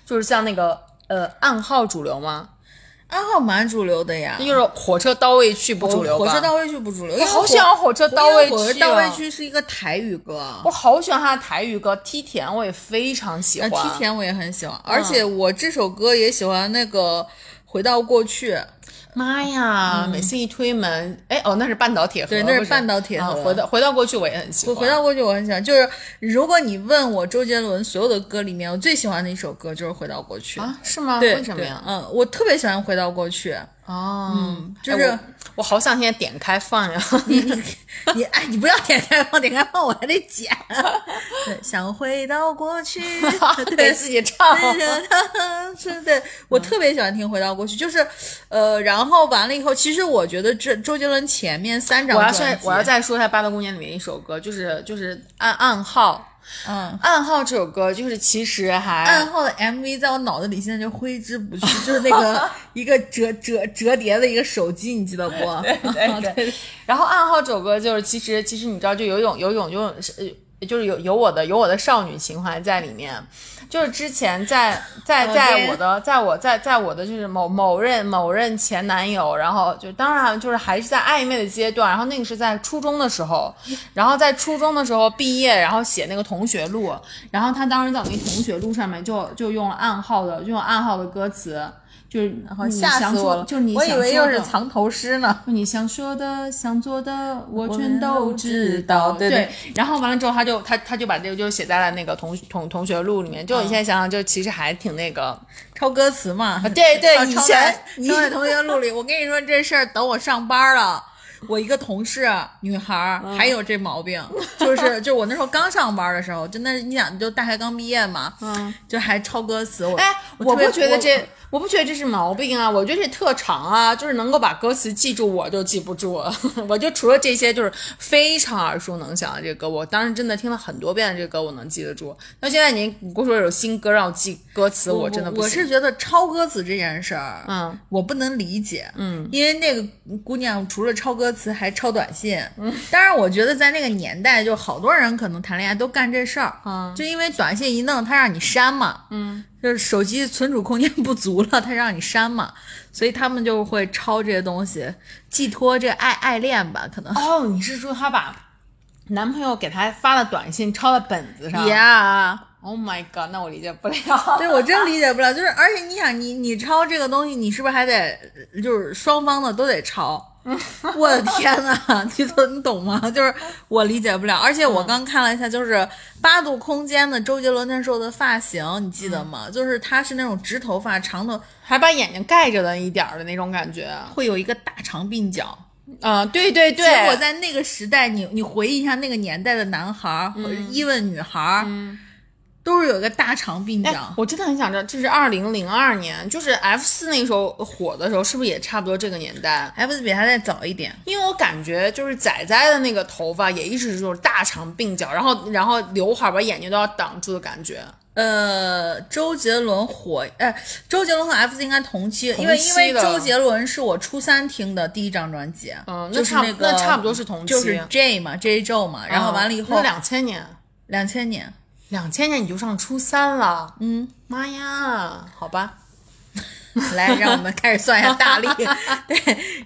[SPEAKER 1] 就是像那个呃暗号主流吗？
[SPEAKER 2] 暗号蛮主流的呀
[SPEAKER 1] 那，就是火车到位去不主流吧？
[SPEAKER 2] 啊火车到位去不主流，
[SPEAKER 1] 我
[SPEAKER 2] 因为
[SPEAKER 1] 好
[SPEAKER 2] 火
[SPEAKER 1] 喜欢火车到
[SPEAKER 2] 因
[SPEAKER 1] 位
[SPEAKER 2] 为
[SPEAKER 1] 去、啊，
[SPEAKER 2] 火车到位去是一个台语歌，
[SPEAKER 1] 我好喜欢他的台语歌《梯田》，我也非常喜
[SPEAKER 2] 啊，
[SPEAKER 1] 欢。
[SPEAKER 2] 梯
[SPEAKER 1] 啊
[SPEAKER 2] 田我也很喜欢，而且我这首歌也喜欢那个《回到过去》
[SPEAKER 1] 妈呀，每次一推门，哎哦，那是半岛铁盒，
[SPEAKER 2] 嗯对那是
[SPEAKER 1] 不
[SPEAKER 2] 半岛铁盒
[SPEAKER 1] 啊回到回到过去我也很喜
[SPEAKER 2] 我
[SPEAKER 1] 欢。
[SPEAKER 2] 回到过去，我很喜欢，就是如果你问我周杰伦所有的歌里面，我最喜欢的一首歌就是《回到过去》。
[SPEAKER 1] 啊，是吗？
[SPEAKER 2] 对，
[SPEAKER 1] 为什么
[SPEAKER 2] 对
[SPEAKER 1] 呀？
[SPEAKER 2] 嗯，我特别喜欢《回到 过去》。
[SPEAKER 1] 哦，嗯
[SPEAKER 2] 就是
[SPEAKER 1] 我我好想现在点开放呀。
[SPEAKER 2] 你哎，你不要点开放，点开放我还得剪。对，想回到过 去，对
[SPEAKER 1] 给 自己唱
[SPEAKER 2] 是的，我
[SPEAKER 1] 嗯
[SPEAKER 2] 特别喜欢听《回到过去》，就是，呃，然后完了以后，其实我觉得这周杰伦前面三张
[SPEAKER 1] 我要
[SPEAKER 2] 专辑，
[SPEAKER 1] 再我要再说一下《八大姑娘》里面一首歌，就是就是暗暗号。
[SPEAKER 2] 嗯，
[SPEAKER 1] 暗号这首歌就是其实还
[SPEAKER 2] 暗号的 MV 在我脑子里现在就挥之不去，就是那个 一个折折折叠的一个手机，你记得不？
[SPEAKER 1] 对对。 然后暗号这首歌就是其实其实你知道就有一种有一种有一种呃就是有有我的有我的少女情怀在里面。就是之前在在
[SPEAKER 2] 哦
[SPEAKER 1] 在
[SPEAKER 2] 对
[SPEAKER 1] 我的在我在在我的就是某某任某任前男友，然后就当然就是还是在暧昧的阶段，然后那个是在初中的时候，然后在初中的时候毕业，然后写那个同学录，然后他当时在我那同学录上面就就用了暗号的，就用暗号的歌词，就是你
[SPEAKER 2] 哦吓
[SPEAKER 1] 想
[SPEAKER 2] 死
[SPEAKER 1] 说
[SPEAKER 2] 我了！
[SPEAKER 1] 就是你
[SPEAKER 2] 我以
[SPEAKER 1] 想
[SPEAKER 2] 为
[SPEAKER 1] 说
[SPEAKER 2] 又是
[SPEAKER 1] 的
[SPEAKER 2] 藏头 诗呢。
[SPEAKER 1] 你想说的、想做的，我全
[SPEAKER 2] 都
[SPEAKER 1] 都
[SPEAKER 2] 知
[SPEAKER 1] 知
[SPEAKER 2] 道
[SPEAKER 1] 道。
[SPEAKER 2] 对对
[SPEAKER 1] 然后完了之后，他就他他就把这个就写在了那个同同同学录里面。就你现在想想，就其实还挺那个。
[SPEAKER 2] 抄歌词嘛。
[SPEAKER 1] 对对
[SPEAKER 2] 抄
[SPEAKER 1] 以
[SPEAKER 2] 抄
[SPEAKER 1] 前
[SPEAKER 2] 在抄在同学录里，我跟你说这事儿，等我上班了。我一个同事，女孩儿还有这毛病，就是就我那时候刚上班的时候，真的你想，就大学刚毕业嘛，
[SPEAKER 1] 嗯，
[SPEAKER 2] 就还抄歌词。我
[SPEAKER 1] 哎，我
[SPEAKER 2] 特别
[SPEAKER 1] 不觉得这
[SPEAKER 2] 我，
[SPEAKER 1] 我不觉得这是毛病啊，我觉得这特长啊，就是能够把歌词记住，我就记不住。我就除了这些，就是非常耳熟能详的这歌，我当时真的听了很多遍的这歌，我能记得住。那现在你你跟我说有新歌让我记歌词，
[SPEAKER 2] 我
[SPEAKER 1] 真的不
[SPEAKER 2] 我
[SPEAKER 1] 行。
[SPEAKER 2] 是觉得抄歌词这件事儿，
[SPEAKER 1] 嗯，
[SPEAKER 2] 我不能理解，嗯，因为那个姑娘除了抄歌词还抄短信，嗯，当然我觉得在那个年代，就好多人可能谈恋爱都干这事儿，
[SPEAKER 1] 嗯
[SPEAKER 2] 就因为短信一弄，它让你删嘛，嗯，就是手机存储空间不足了，它让你删嘛，所以他们就会抄这些东西，寄托这爱爱恋吧，可能。
[SPEAKER 1] 哦，你是说她把男朋友给她发的短信抄在本子上
[SPEAKER 2] Yeah，
[SPEAKER 1] ？Oh my god，那我理解不了。
[SPEAKER 2] 对我真理解不了，就是而且你想，你你抄这个东西，你是不是还得就是双方的都得抄？ 我的天呐，你懂你懂吗？就是我理解不了，而且
[SPEAKER 1] 嗯
[SPEAKER 2] 我刚看了一下，就是八度空间的周杰伦那时候的发型，你记
[SPEAKER 1] 嗯
[SPEAKER 2] 得吗？就是他是那种直头发，长的
[SPEAKER 1] 还把眼睛盖着的一点儿的那种感觉，啊、嗯
[SPEAKER 2] 会有一个大长鬓角。
[SPEAKER 1] 对对对，
[SPEAKER 2] 结果在那个时代，你你回忆一下那个年代的男孩儿或者
[SPEAKER 1] 嗯
[SPEAKER 2] 一问女孩儿，都是有一个大长鬓角。
[SPEAKER 1] 哎，我真的很想知道，这是二零零二年，就是 F 四那时候火的时候，是不是也差不多这个年代？
[SPEAKER 2] F 四比他再早一点，
[SPEAKER 1] 因为我感觉就是仔仔的那个头发也一直就是大长鬓角，然后然后刘海儿把眼睛都要挡住的感觉。
[SPEAKER 2] 呃，周杰伦火，哎，周杰伦和 F 四应该同期，因
[SPEAKER 1] 同
[SPEAKER 2] 为因
[SPEAKER 1] 期
[SPEAKER 2] 为
[SPEAKER 1] 的
[SPEAKER 2] 周杰伦是我初三听的第一张专辑，
[SPEAKER 1] 嗯那
[SPEAKER 2] 就是
[SPEAKER 1] 差
[SPEAKER 2] 个
[SPEAKER 1] 那差不多是同期哦嗯
[SPEAKER 2] 就是 J 嘛，J 周嘛，然后完了以后
[SPEAKER 1] 那两千年，
[SPEAKER 2] 两千年，
[SPEAKER 1] 两千年你就上初三了，
[SPEAKER 2] 嗯，
[SPEAKER 1] 妈呀，好吧，
[SPEAKER 2] 来让我们开始算一下 大力，对，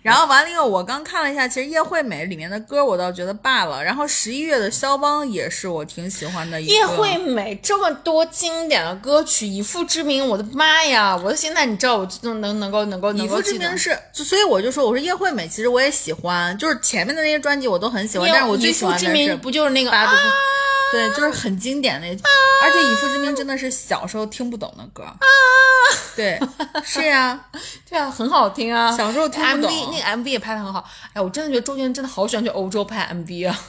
[SPEAKER 2] 然后完了以后我刚看了一下，其实叶惠美里面的歌我倒觉得罢了，然后十一月的肖邦也是我挺喜欢的一个，
[SPEAKER 1] 叶惠美这么多经典的歌曲，《以父之名》，我的妈呀！我的现在你知道我就能能够能够
[SPEAKER 2] 以
[SPEAKER 1] 能
[SPEAKER 2] 父
[SPEAKER 1] 够
[SPEAKER 2] 之
[SPEAKER 1] 记得
[SPEAKER 2] 名。是，就所以我就说，我说叶惠美，其实我也喜欢，就是前面的那些专辑我都很喜欢，
[SPEAKER 1] 因为
[SPEAKER 2] 但是我最
[SPEAKER 1] 以
[SPEAKER 2] 喜
[SPEAKER 1] 父
[SPEAKER 2] 欢的
[SPEAKER 1] 之
[SPEAKER 2] 是
[SPEAKER 1] 名不就是那个
[SPEAKER 2] 八
[SPEAKER 1] 啊
[SPEAKER 2] 度？空对，就是很经典的，而且《以父之名》真的是小时候听不懂的歌啊。对，是呀，
[SPEAKER 1] 对啊，很好听啊。
[SPEAKER 2] 小时候听不
[SPEAKER 1] MV
[SPEAKER 2] 懂
[SPEAKER 1] 那个 MV 也拍的很好。哎，我真的觉得周杰伦真的好喜欢去欧洲拍 MV 啊。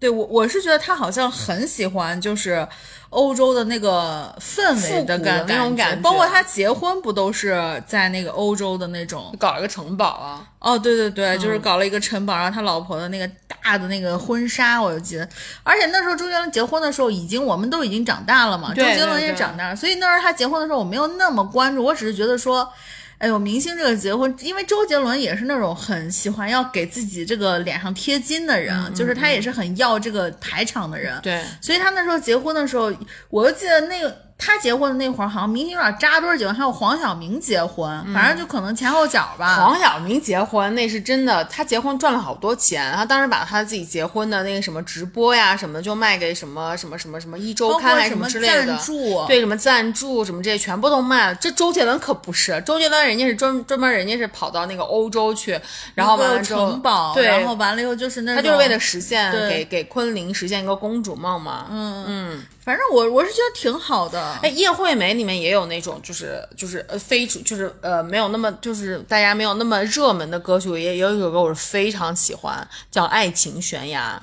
[SPEAKER 2] 对我我是觉得他好像很喜欢就是欧洲的那个氛围
[SPEAKER 1] 复
[SPEAKER 2] 的
[SPEAKER 1] 古
[SPEAKER 2] 感
[SPEAKER 1] 的那种
[SPEAKER 2] 感
[SPEAKER 1] 感
[SPEAKER 2] 包括
[SPEAKER 1] 觉
[SPEAKER 2] 他结婚不都是在那个欧洲的那种？
[SPEAKER 1] 搞一个城堡啊，
[SPEAKER 2] 哦，对对对，
[SPEAKER 1] 嗯
[SPEAKER 2] 就是搞了一个城堡，然后他老婆的那个大的那个婚纱，我就记得。而且那时候周杰伦结婚的时候，已经我们都已经长大了嘛，周
[SPEAKER 1] 对
[SPEAKER 2] 杰伦
[SPEAKER 1] 对
[SPEAKER 2] 也
[SPEAKER 1] 对
[SPEAKER 2] 长大了，所以那时候他结婚的时候，我没有那么关注，我只是觉得说。哎呦，明星这个结婚，因为周杰伦也是那种很喜欢要给自己这个脸上贴金的人，就是他也是很要这个排场的人。
[SPEAKER 1] 嗯对
[SPEAKER 2] 所以他那时候结婚的时候，我就记得那个他结婚的那会儿，好像明星有点扎堆儿结婚，还有黄晓明结婚，反正就可能前后脚吧。
[SPEAKER 1] 嗯黄晓明结婚那是真的，他结婚赚了好多钱，他当时把他自己结婚的那个什么直播呀什么的，就卖给什么什么什么什么一周刊还是
[SPEAKER 2] 包括
[SPEAKER 1] 么之
[SPEAKER 2] 什么
[SPEAKER 1] 类的，
[SPEAKER 2] 赞助
[SPEAKER 1] 对什么赞助什么这些全部都卖了。这周杰伦可不是，周杰伦人家是专专门人家是跑到那个欧洲去，然后
[SPEAKER 2] 一个
[SPEAKER 1] 完了之后
[SPEAKER 2] 城堡，
[SPEAKER 1] 对，
[SPEAKER 2] 然后完了以后就是那
[SPEAKER 1] 他
[SPEAKER 2] 种，
[SPEAKER 1] 就是为了实现
[SPEAKER 2] 对
[SPEAKER 1] 给给昆凌实现一个公主梦嘛。嗯嗯。
[SPEAKER 2] 反正我我是觉得挺好的。
[SPEAKER 1] 哎，叶惠美里面也有那种，就是就是呃非主，就是呃没有那么就是大家没有那么热门的歌曲，也也有一首歌我是非常喜欢，叫《爱情悬崖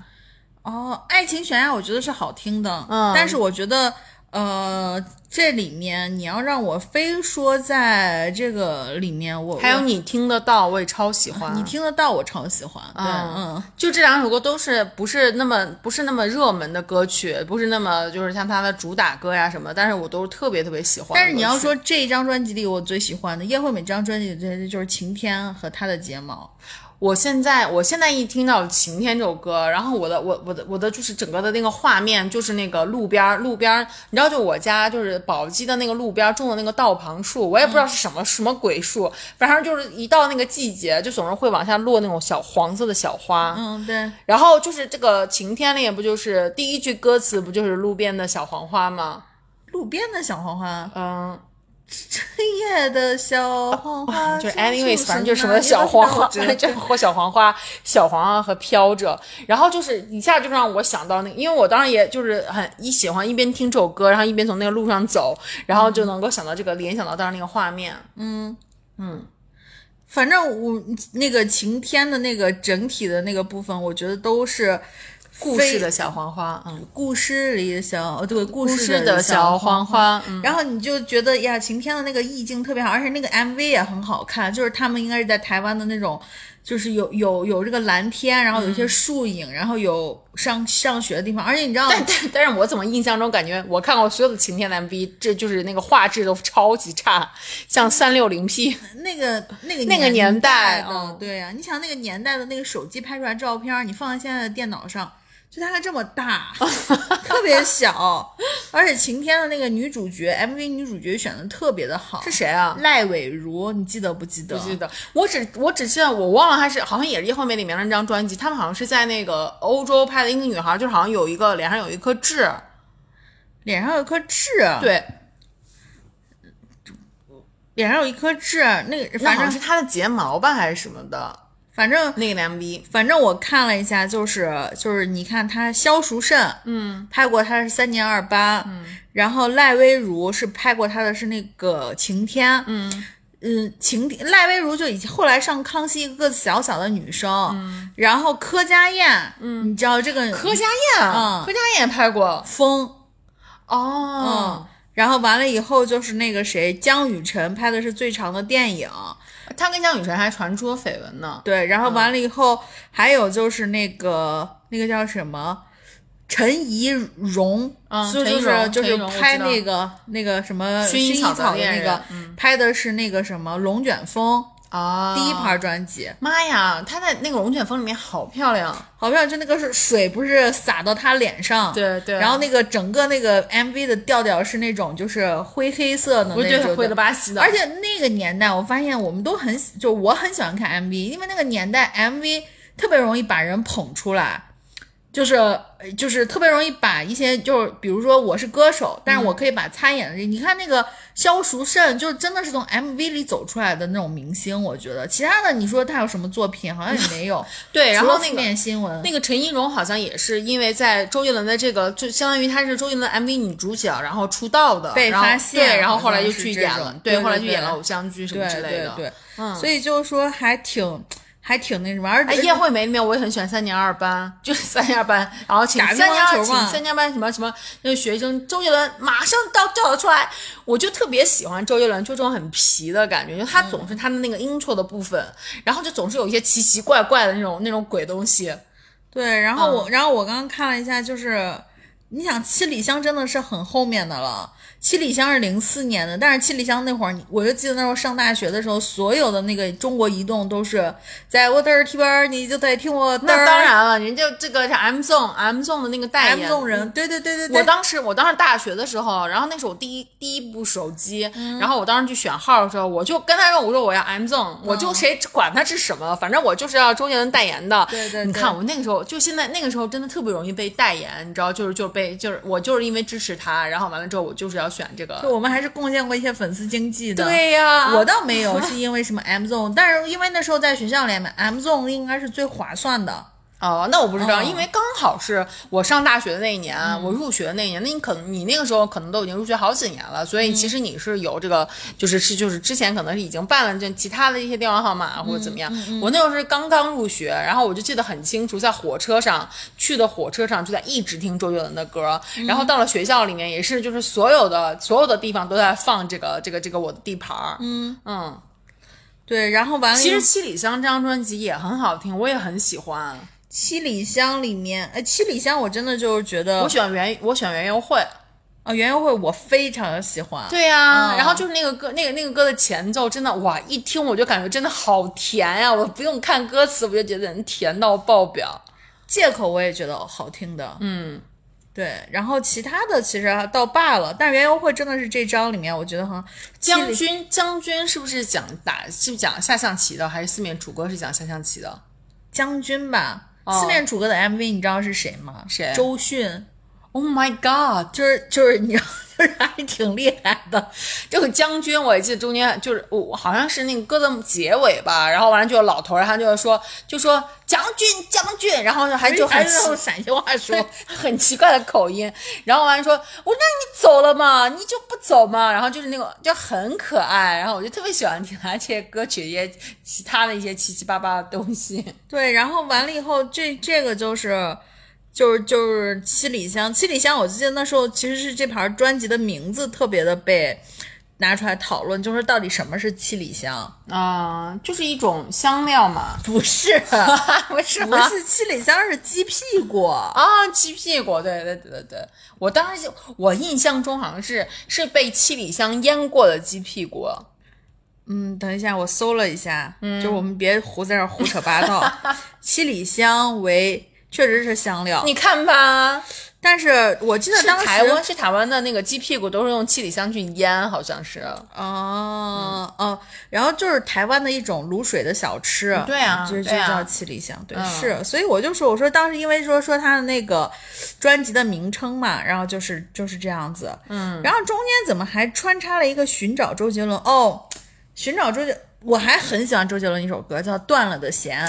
[SPEAKER 2] 哦，爱情悬崖我觉得是好听的，
[SPEAKER 1] 嗯
[SPEAKER 2] 但是我觉得，呃，这里面你要让我非说在这个里面，我》，
[SPEAKER 1] 还有
[SPEAKER 2] 我
[SPEAKER 1] 你听得到，我也超喜欢。
[SPEAKER 2] 啊你听得到，我超喜欢，对，
[SPEAKER 1] 嗯
[SPEAKER 2] 嗯，
[SPEAKER 1] 就这两首歌都是不是那么不是那么热门的歌曲，不是那么就是像它的主打歌呀什么，但是我都是特别特别喜欢的歌曲。
[SPEAKER 2] 但是你要说这一张专辑里我最喜欢的叶惠美这张专辑，这就是《晴天》和她的睫毛。
[SPEAKER 1] 我现在，我现在一听到《晴天》这首歌，然后我的我我的我的就是整个的那个画面，就是那个路边儿路边儿，你知道，就我家就是宝鸡的那个路边儿种的那个道旁树，我也不知道是什么、什么鬼树，反正就是一到那个季节，就总是会往下落那种小黄色的小花。
[SPEAKER 2] 嗯，对，
[SPEAKER 1] 然后就是这个晴天里，不就是第一句歌词不就是路边的小黄花吗？
[SPEAKER 2] 路边的小黄花，
[SPEAKER 1] 嗯，
[SPEAKER 2] 黑夜的小黄花，
[SPEAKER 1] 哦就是
[SPEAKER 2] 深处
[SPEAKER 1] anyways，反正就是什
[SPEAKER 2] 深
[SPEAKER 1] 么
[SPEAKER 2] 啊
[SPEAKER 1] 小黄花，
[SPEAKER 2] 你都知 道我知道
[SPEAKER 1] 就是或小黄花、小黄啊和飘着，然后就是一下就让我想到那个，因为我当时也就是很一喜欢一边听这首歌，然后一边从那个路上走，然后就能够想到这个，联想到当时那个画面。
[SPEAKER 2] 反正我那个晴天的那个整体的那个部分，我觉得都是
[SPEAKER 1] 故
[SPEAKER 2] 非
[SPEAKER 1] 事的小黄花，嗯，
[SPEAKER 2] 故事里的小哦对故
[SPEAKER 1] 故
[SPEAKER 2] 事
[SPEAKER 1] 事的
[SPEAKER 2] 小
[SPEAKER 1] 小黄
[SPEAKER 2] 花。
[SPEAKER 1] 花，嗯，
[SPEAKER 2] 然后你就觉得哎呀，晴天的那个意境特别好，而且那个 MV 也很好看，就是他们应该是在台湾的那种，就是有有有这个蓝天，然后有
[SPEAKER 1] 嗯
[SPEAKER 2] 一些树影，然后有上上学的地方，而且你知道，
[SPEAKER 1] 但但但是我怎么印象中感觉我看过所有的晴天的 MV，这就是那个画质都超级差，像三六零 P。
[SPEAKER 2] 那个那个
[SPEAKER 1] 那个年代
[SPEAKER 2] 代的，
[SPEAKER 1] 嗯
[SPEAKER 2] 对呀、你想那个年代的那个手机拍出来照片，你放在现在的电脑上，就大概这 么大，特别小，而且晴天的那个女主角 MV 女主角选的特别的好，
[SPEAKER 1] 是谁啊？
[SPEAKER 2] 赖伟如，你记得不记得？
[SPEAKER 1] 不记得，我只我只记得我忘了，还是好像也是叶惠美里面的那张专辑，他们好像是在那个欧洲拍的一个女孩，就是好像有一个脸上有一颗痣，
[SPEAKER 2] 脸上有颗痣，，啊
[SPEAKER 1] 对，
[SPEAKER 2] 脸上有一颗痣，啊那个
[SPEAKER 1] 那
[SPEAKER 2] 反
[SPEAKER 1] 好像
[SPEAKER 2] 正
[SPEAKER 1] 是她的睫毛吧还是什么的，
[SPEAKER 2] 反正
[SPEAKER 1] 那个 MV，
[SPEAKER 2] 反正我看了一下，就是就是，你看他萧淑慎，
[SPEAKER 1] 嗯，
[SPEAKER 2] 拍过他是三年二八，嗯，然后赖薇如是拍过他的是那个晴天，嗯晴天赖薇如就已经后来上康熙，一个子小小的女生，嗯，然后柯佳燕，嗯，你知道这个
[SPEAKER 1] 柯佳燕啊，
[SPEAKER 2] 嗯
[SPEAKER 1] 柯佳燕也拍过，
[SPEAKER 2] 风，
[SPEAKER 1] 哦，
[SPEAKER 2] 然后完了以后就是那个谁江雨晨拍的是最长的电影，
[SPEAKER 1] 她跟江雨晨还传出绯闻呢，
[SPEAKER 2] 对，然后完了以后，还有就是那个那个叫什么，陈怡蓉，
[SPEAKER 1] 嗯
[SPEAKER 2] 就
[SPEAKER 1] 陈
[SPEAKER 2] 就
[SPEAKER 1] 怡蓉
[SPEAKER 2] 是就
[SPEAKER 1] 陈怡
[SPEAKER 2] 是
[SPEAKER 1] 蓉我
[SPEAKER 2] 拍
[SPEAKER 1] 知道
[SPEAKER 2] 那个那个什么
[SPEAKER 1] 薰
[SPEAKER 2] 薰
[SPEAKER 1] 衣
[SPEAKER 2] 衣
[SPEAKER 1] 草的
[SPEAKER 2] 草的
[SPEAKER 1] 恋
[SPEAKER 2] 那个
[SPEAKER 1] 人，嗯
[SPEAKER 2] 拍的是那个什么龙卷风
[SPEAKER 1] 啊
[SPEAKER 2] 第一盘。专辑，
[SPEAKER 1] 妈呀，她在那个《龙卷风》里面好漂亮，
[SPEAKER 2] 好像就那个是水不是洒到她脸上，。
[SPEAKER 1] 对对
[SPEAKER 2] 然后那个整个那个 MV 的调调是那种就是灰黑色的
[SPEAKER 1] 我觉
[SPEAKER 2] 嗯那
[SPEAKER 1] 得
[SPEAKER 2] 种
[SPEAKER 1] 回
[SPEAKER 2] 的
[SPEAKER 1] 了，巴西的，
[SPEAKER 2] 而且那个年代，我发现我们都很喜，就我很喜欢看 MV，因为那个年代 MV 特别容易把人捧出来，就是呃就是特别容易把一些就是比如说我是歌手，但是我可以把参演的这，你看那个萧淑慎，就是真的是从 MV 里走出来的那种明星，我觉得其他的你说他有什么作品，好像也没有，
[SPEAKER 1] 对，然
[SPEAKER 2] 除了
[SPEAKER 1] 后那
[SPEAKER 2] 负
[SPEAKER 1] 个
[SPEAKER 2] 面新闻，
[SPEAKER 1] 那个陈怡蓉好像也是因为在周杰伦的这个，就相当于她是周杰伦的 MV 女主角，然后出道的，
[SPEAKER 2] 被
[SPEAKER 1] 然后
[SPEAKER 2] 发现
[SPEAKER 1] 对，然后
[SPEAKER 2] 好
[SPEAKER 1] 后来就
[SPEAKER 2] 像是
[SPEAKER 1] 去
[SPEAKER 2] 这
[SPEAKER 1] 演
[SPEAKER 2] 种
[SPEAKER 1] 了，
[SPEAKER 2] 对
[SPEAKER 1] 后来
[SPEAKER 2] 对
[SPEAKER 1] 去演
[SPEAKER 2] 对
[SPEAKER 1] 了偶像剧什么
[SPEAKER 2] 对
[SPEAKER 1] 之类
[SPEAKER 2] 对
[SPEAKER 1] 的。
[SPEAKER 2] 对，
[SPEAKER 1] 嗯
[SPEAKER 2] 所以就是说还挺还挺那什么，而
[SPEAKER 1] 哎，
[SPEAKER 2] 且
[SPEAKER 1] 叶惠美里面我也很喜欢三年二班，就是三年二班，然后请
[SPEAKER 2] 打乒
[SPEAKER 1] 三年
[SPEAKER 2] 乓
[SPEAKER 1] 二
[SPEAKER 2] 球
[SPEAKER 1] 请
[SPEAKER 2] 嘛
[SPEAKER 1] 三年二班什么什么那个学生，周杰伦马上到叫得出来，我就特别喜欢周杰伦，就这种很皮的感觉，就他
[SPEAKER 2] 嗯
[SPEAKER 1] 总是他的那个 intro 的部分，然后就总是有一些奇奇怪怪的那种那种鬼东西。嗯
[SPEAKER 2] 对，然后我、然后我刚刚看了一下，就是你想七里香真的是很后面的了，七里香是零四年的，但是七里香那会儿，我就记得那时候上大学的时候，所有的那个中国移动都是在我的耳提边儿，你就得听我的。
[SPEAKER 1] 那当然了，人家这个是 M Zone M Zone 的那个代
[SPEAKER 2] ，M
[SPEAKER 1] 言
[SPEAKER 2] 众人，对对对对对，
[SPEAKER 1] 嗯我当时我当时大学的时候，然后那是我第一第一部手机，
[SPEAKER 2] 嗯
[SPEAKER 1] 然后我当时去选号的时候，我就跟他说，我说我要 M Zone，、我
[SPEAKER 2] 嗯
[SPEAKER 1] 就谁管它是什么，反正我就是要周杰伦代言的。
[SPEAKER 2] 对对
[SPEAKER 1] 你
[SPEAKER 2] 对
[SPEAKER 1] 看我那个时候就现在那个时候真的特别容易被代言，你知道，就是就是被就是我就是因为支持他，然后完了之后我就是要选这
[SPEAKER 2] 就
[SPEAKER 1] 个。
[SPEAKER 2] 我们还是贡献过一些粉丝经济的。。
[SPEAKER 1] 对呀、
[SPEAKER 2] 我倒没有，是因为什么 M Zone，但是因为那时候在学校里面，M Zone 应该是最划算的。
[SPEAKER 1] 哦，那我不知道，
[SPEAKER 2] 嗯
[SPEAKER 1] 因为刚好是我上大学的那一年，我入学的那一年，那你可能你那个时候可能都已经入学好几年了，所以其实你是有这个，就是是就是之前可能是已经办了这其他的一些电话号码或者怎么样。我那时候是刚刚入学，然后我就记得很清楚，在火车上去的火车上就在一直听周杰伦的歌，然后到了学校里面也是，就是所有的所有的地方都在放这个这个这个我的地盘儿。嗯嗯，
[SPEAKER 2] 对，然后完了以
[SPEAKER 1] 其
[SPEAKER 2] 后，
[SPEAKER 1] 实《七里香》这张专辑也很好听，我也很喜欢。
[SPEAKER 2] 七里香里面，哎，七里香我真的就是觉得
[SPEAKER 1] 我喜欢袁，我喜欢袁咏会。
[SPEAKER 2] 啊，园游会我非常喜欢。
[SPEAKER 1] 对呀、
[SPEAKER 2] 嗯
[SPEAKER 1] 然后就是那个歌，那个那个歌的前奏，真的哇，一听我就感觉真的好甜呀、我不用看歌词，我就觉得人甜到爆表。
[SPEAKER 2] 借口我也觉得好听的，
[SPEAKER 1] 嗯，
[SPEAKER 2] 对。然后其他的其实倒罢了，但园游会真的是这张里面我觉得很七
[SPEAKER 1] 将
[SPEAKER 2] 里
[SPEAKER 1] 军将军是不是讲打是讲下象棋的，还是四面楚歌是讲下象棋的？
[SPEAKER 2] 将军吧。
[SPEAKER 1] 哦
[SPEAKER 2] 四面楚歌的 MV 你知道是谁吗？
[SPEAKER 1] 谁啊
[SPEAKER 2] 周迅，
[SPEAKER 1] Oh my god！
[SPEAKER 2] 就是就是你知道， 就是还挺厉害的。
[SPEAKER 1] 这个将军我也记得中间就是我、我好像是那个歌的结尾吧，然后完了就有老头儿，他就说就说将军将军，然后还哎就很
[SPEAKER 2] 还是
[SPEAKER 1] 奇
[SPEAKER 2] 用陕西话说，
[SPEAKER 1] 很奇怪的口音， 然后完了说，我让你走了嘛，你就不走嘛，然后就是那个就很可爱，然后我就特别喜欢听他这些歌曲，一些其他的一些七七八八的东西。
[SPEAKER 2] 对，然后完了以后，这这个就是，就是就是七里香，七里香，我记得那时候其实是这盘专辑的名字特别的被拿出来讨论，就是到底什么是七里香？
[SPEAKER 1] 啊、就是一种香料嘛，
[SPEAKER 2] 不是，啊
[SPEAKER 1] 不是啊
[SPEAKER 2] 不
[SPEAKER 1] 吗？
[SPEAKER 2] 是七里香是鸡屁股，
[SPEAKER 1] 啊，鸡屁股，对对对对对，我当时就我印象中好像是是被七里香腌过的鸡屁股，
[SPEAKER 2] 嗯，等一下，我搜了一下，嗯，就是我们别胡在这儿胡扯八 道，七里香为确实是香料，
[SPEAKER 1] 你看吧，
[SPEAKER 2] 但是我记得
[SPEAKER 1] 是
[SPEAKER 2] 当时
[SPEAKER 1] 台湾是台湾的那个鸡屁股都是用七里香去腌，好像是。
[SPEAKER 2] 哦、哦，然后就是台湾的一种卤水的小吃，
[SPEAKER 1] 对啊
[SPEAKER 2] 就是就
[SPEAKER 1] 对啊
[SPEAKER 2] 叫七里香，对，
[SPEAKER 1] 嗯
[SPEAKER 2] 是，所以我就说，我说当时因为说说它的那个专辑的名称嘛，然后就是就是这样子，
[SPEAKER 1] 嗯，
[SPEAKER 2] 然后中间怎么还穿插了一个寻找周杰伦？哦，寻找周杰，我还很喜欢周杰伦一首歌叫《断了的弦》，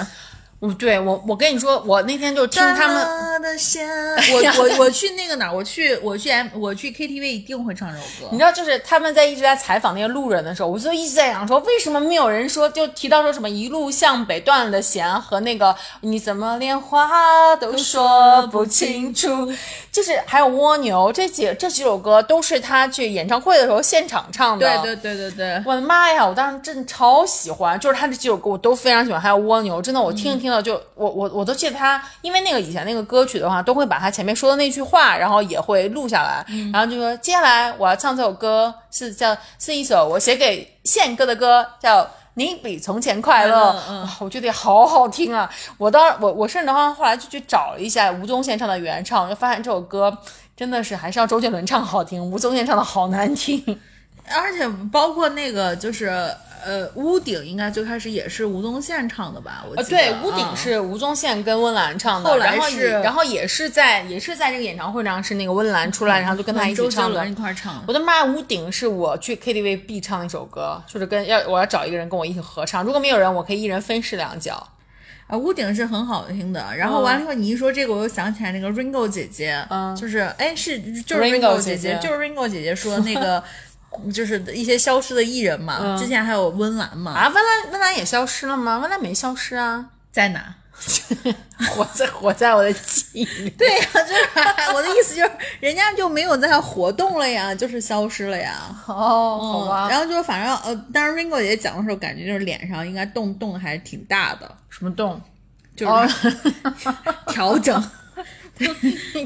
[SPEAKER 1] 我对我，我跟你说，我那天就听他们，
[SPEAKER 2] 断了的弦，我我我去那个哪儿，我去我去 M 我去 KTV 一定会唱这首
[SPEAKER 1] 你知
[SPEAKER 2] 歌，
[SPEAKER 1] 道，就是他们在一直在采访那些路人的时候，我就一直在想说，为什么没有人说就提到说什么一路向北断了的弦和那个你怎么连话都说不清楚，就是还有蜗牛这几这几首歌都是他去演唱会的时候现场唱的。
[SPEAKER 2] 对对对对对。
[SPEAKER 1] 我的妈呀！我当时真的超喜欢，就是他这几首歌我都非常喜欢，还有蜗牛，真的我听着听着就、我我我都记得他，因为那个以前那个歌曲的话，都会把他前面说的那句话，然后也会录下来，
[SPEAKER 2] 嗯
[SPEAKER 1] 然后就说接下来我要唱这首歌是叫是一首我写给宪哥的歌，叫。你比从前快乐，
[SPEAKER 2] 快乐嗯
[SPEAKER 1] 哇我觉得也好好听啊！我当我我甚至的话，后来就去找了一下吴宗宪唱的原唱，我就发现这首歌真的是还是要周杰伦唱好听，吴宗宪唱的好难听。
[SPEAKER 2] 而且包括那个就是呃，屋顶应该最开始也是吴宗宪唱的吧？我
[SPEAKER 1] 呃，
[SPEAKER 2] 记得
[SPEAKER 1] 对，屋顶
[SPEAKER 2] 啊
[SPEAKER 1] 是吴宗宪跟温岚唱的，
[SPEAKER 2] 后来
[SPEAKER 1] 然后
[SPEAKER 2] 是
[SPEAKER 1] 也然后也是在也是在这个演唱会上是那个温岚出
[SPEAKER 2] 嗯
[SPEAKER 1] 来，然后就跟他一
[SPEAKER 2] 周
[SPEAKER 1] 起
[SPEAKER 2] 杰
[SPEAKER 1] 唱的
[SPEAKER 2] 伦。一块儿唱的。
[SPEAKER 1] 我的妈！屋顶是我去 KTV 必唱的一首歌，就是跟要我要找一个人跟我一起合唱，如果没有人，我可以一人分饰两角。
[SPEAKER 2] 啊，屋顶是很好听的。然
[SPEAKER 1] 嗯
[SPEAKER 2] 后完了以后，你一说这个，我又想起来那个 Ringo 姐姐，
[SPEAKER 1] 嗯
[SPEAKER 2] 就是哎是就是
[SPEAKER 1] Ringo
[SPEAKER 2] Ringo 姐
[SPEAKER 1] 姐姐
[SPEAKER 2] 就是 Ringo 姐姐说那 个就是一些消失的艺人嘛，
[SPEAKER 1] 嗯
[SPEAKER 2] 之前还有温岚嘛，
[SPEAKER 1] 啊，温岚温岚也消失了吗？温岚没消失啊，
[SPEAKER 2] 在哪？
[SPEAKER 1] 活在活在我的记忆里。
[SPEAKER 2] 对呀、就是 我的意思就是，人家就没有在活动了呀，就是消失了呀。
[SPEAKER 1] 哦，
[SPEAKER 2] 哦，然后就是反正呃，当时 Ringo 姐讲的时候，感觉就是脸上应该洞洞还是挺大的，
[SPEAKER 1] 什么洞？
[SPEAKER 2] 就是 调整。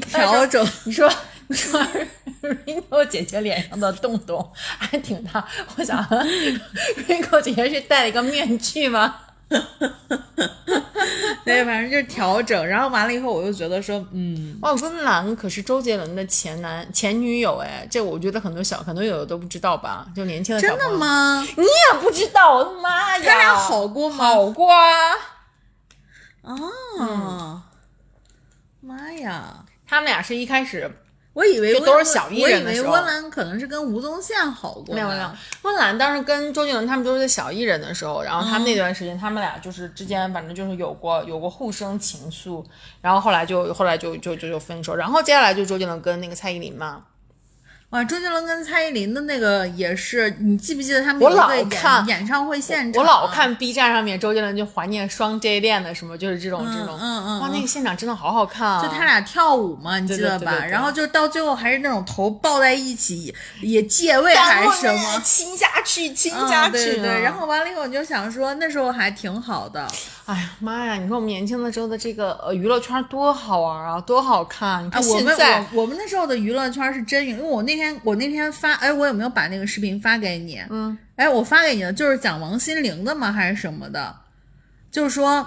[SPEAKER 2] 调整。
[SPEAKER 1] 你说你说 Ringo 姐姐脸上的洞洞还挺大，我想 Ringo 姐姐是戴了一个面具吗？
[SPEAKER 2] 对，反正就是调整。然后完了以后，我又觉得说，嗯，
[SPEAKER 1] 哦，温岚可是周杰伦的前男前女友哎，这我觉得很多小很多友友都不知道吧？就年轻的小
[SPEAKER 2] 真
[SPEAKER 1] 朋
[SPEAKER 2] 的
[SPEAKER 1] 友？
[SPEAKER 2] 吗？
[SPEAKER 1] 你也不知道，我的妈呀！
[SPEAKER 2] 他俩好过吗？
[SPEAKER 1] 好过啊，
[SPEAKER 2] 啊，妈呀！
[SPEAKER 1] 他们俩是一开始
[SPEAKER 2] 我以为
[SPEAKER 1] 就
[SPEAKER 2] 温
[SPEAKER 1] 都是
[SPEAKER 2] 岚
[SPEAKER 1] 小艺人
[SPEAKER 2] 我
[SPEAKER 1] 的
[SPEAKER 2] 以
[SPEAKER 1] 时
[SPEAKER 2] 为
[SPEAKER 1] 候
[SPEAKER 2] 温岚可能是跟吴宗宪好过呢，
[SPEAKER 1] 没有没有，温岚当时跟周杰伦他们都是在小艺人的时候，然后他们那段时间，他们俩就是之间反正就是有过有过互生情愫，然后后来就后来就就就就分手，然后接下来就周杰伦跟那个蔡依林嘛，
[SPEAKER 2] 哇，周杰伦跟蔡依林的那个也是，你记不记得他们
[SPEAKER 1] 我
[SPEAKER 2] 有一个
[SPEAKER 1] 老
[SPEAKER 2] 演
[SPEAKER 1] 看
[SPEAKER 2] 演唱会现场？
[SPEAKER 1] 我老看 B 站上面周杰伦就怀念双 J 恋的什么，就是这种这种，
[SPEAKER 2] 嗯嗯
[SPEAKER 1] 哇，那个现场真的好好看啊！
[SPEAKER 2] 就他俩跳舞嘛，你记得
[SPEAKER 1] 对对
[SPEAKER 2] 吧？
[SPEAKER 1] 对对
[SPEAKER 2] 然后就是到最后还是那种头抱在一起，也借位
[SPEAKER 1] 弹
[SPEAKER 2] 还
[SPEAKER 1] 幕
[SPEAKER 2] 是什
[SPEAKER 1] 那个
[SPEAKER 2] 么？
[SPEAKER 1] 亲下去，亲
[SPEAKER 2] 嗯
[SPEAKER 1] 下去、
[SPEAKER 2] 对对对，然。后完了以后，你就想说那时候还挺好的，
[SPEAKER 1] 哎呀妈呀！你说我们年轻的时候的这个呃娱乐圈多好玩啊，多好看！你
[SPEAKER 2] 啊，
[SPEAKER 1] 看
[SPEAKER 2] 我
[SPEAKER 1] 现
[SPEAKER 2] 们
[SPEAKER 1] 在、
[SPEAKER 2] 我我们那时候的娱乐圈是真有，因为我那天我那天发，哎，我有没有把那个视频发给你？
[SPEAKER 1] 嗯，
[SPEAKER 2] 哎，我发给你了，就是讲王心凌的吗？还是什么的？就是说，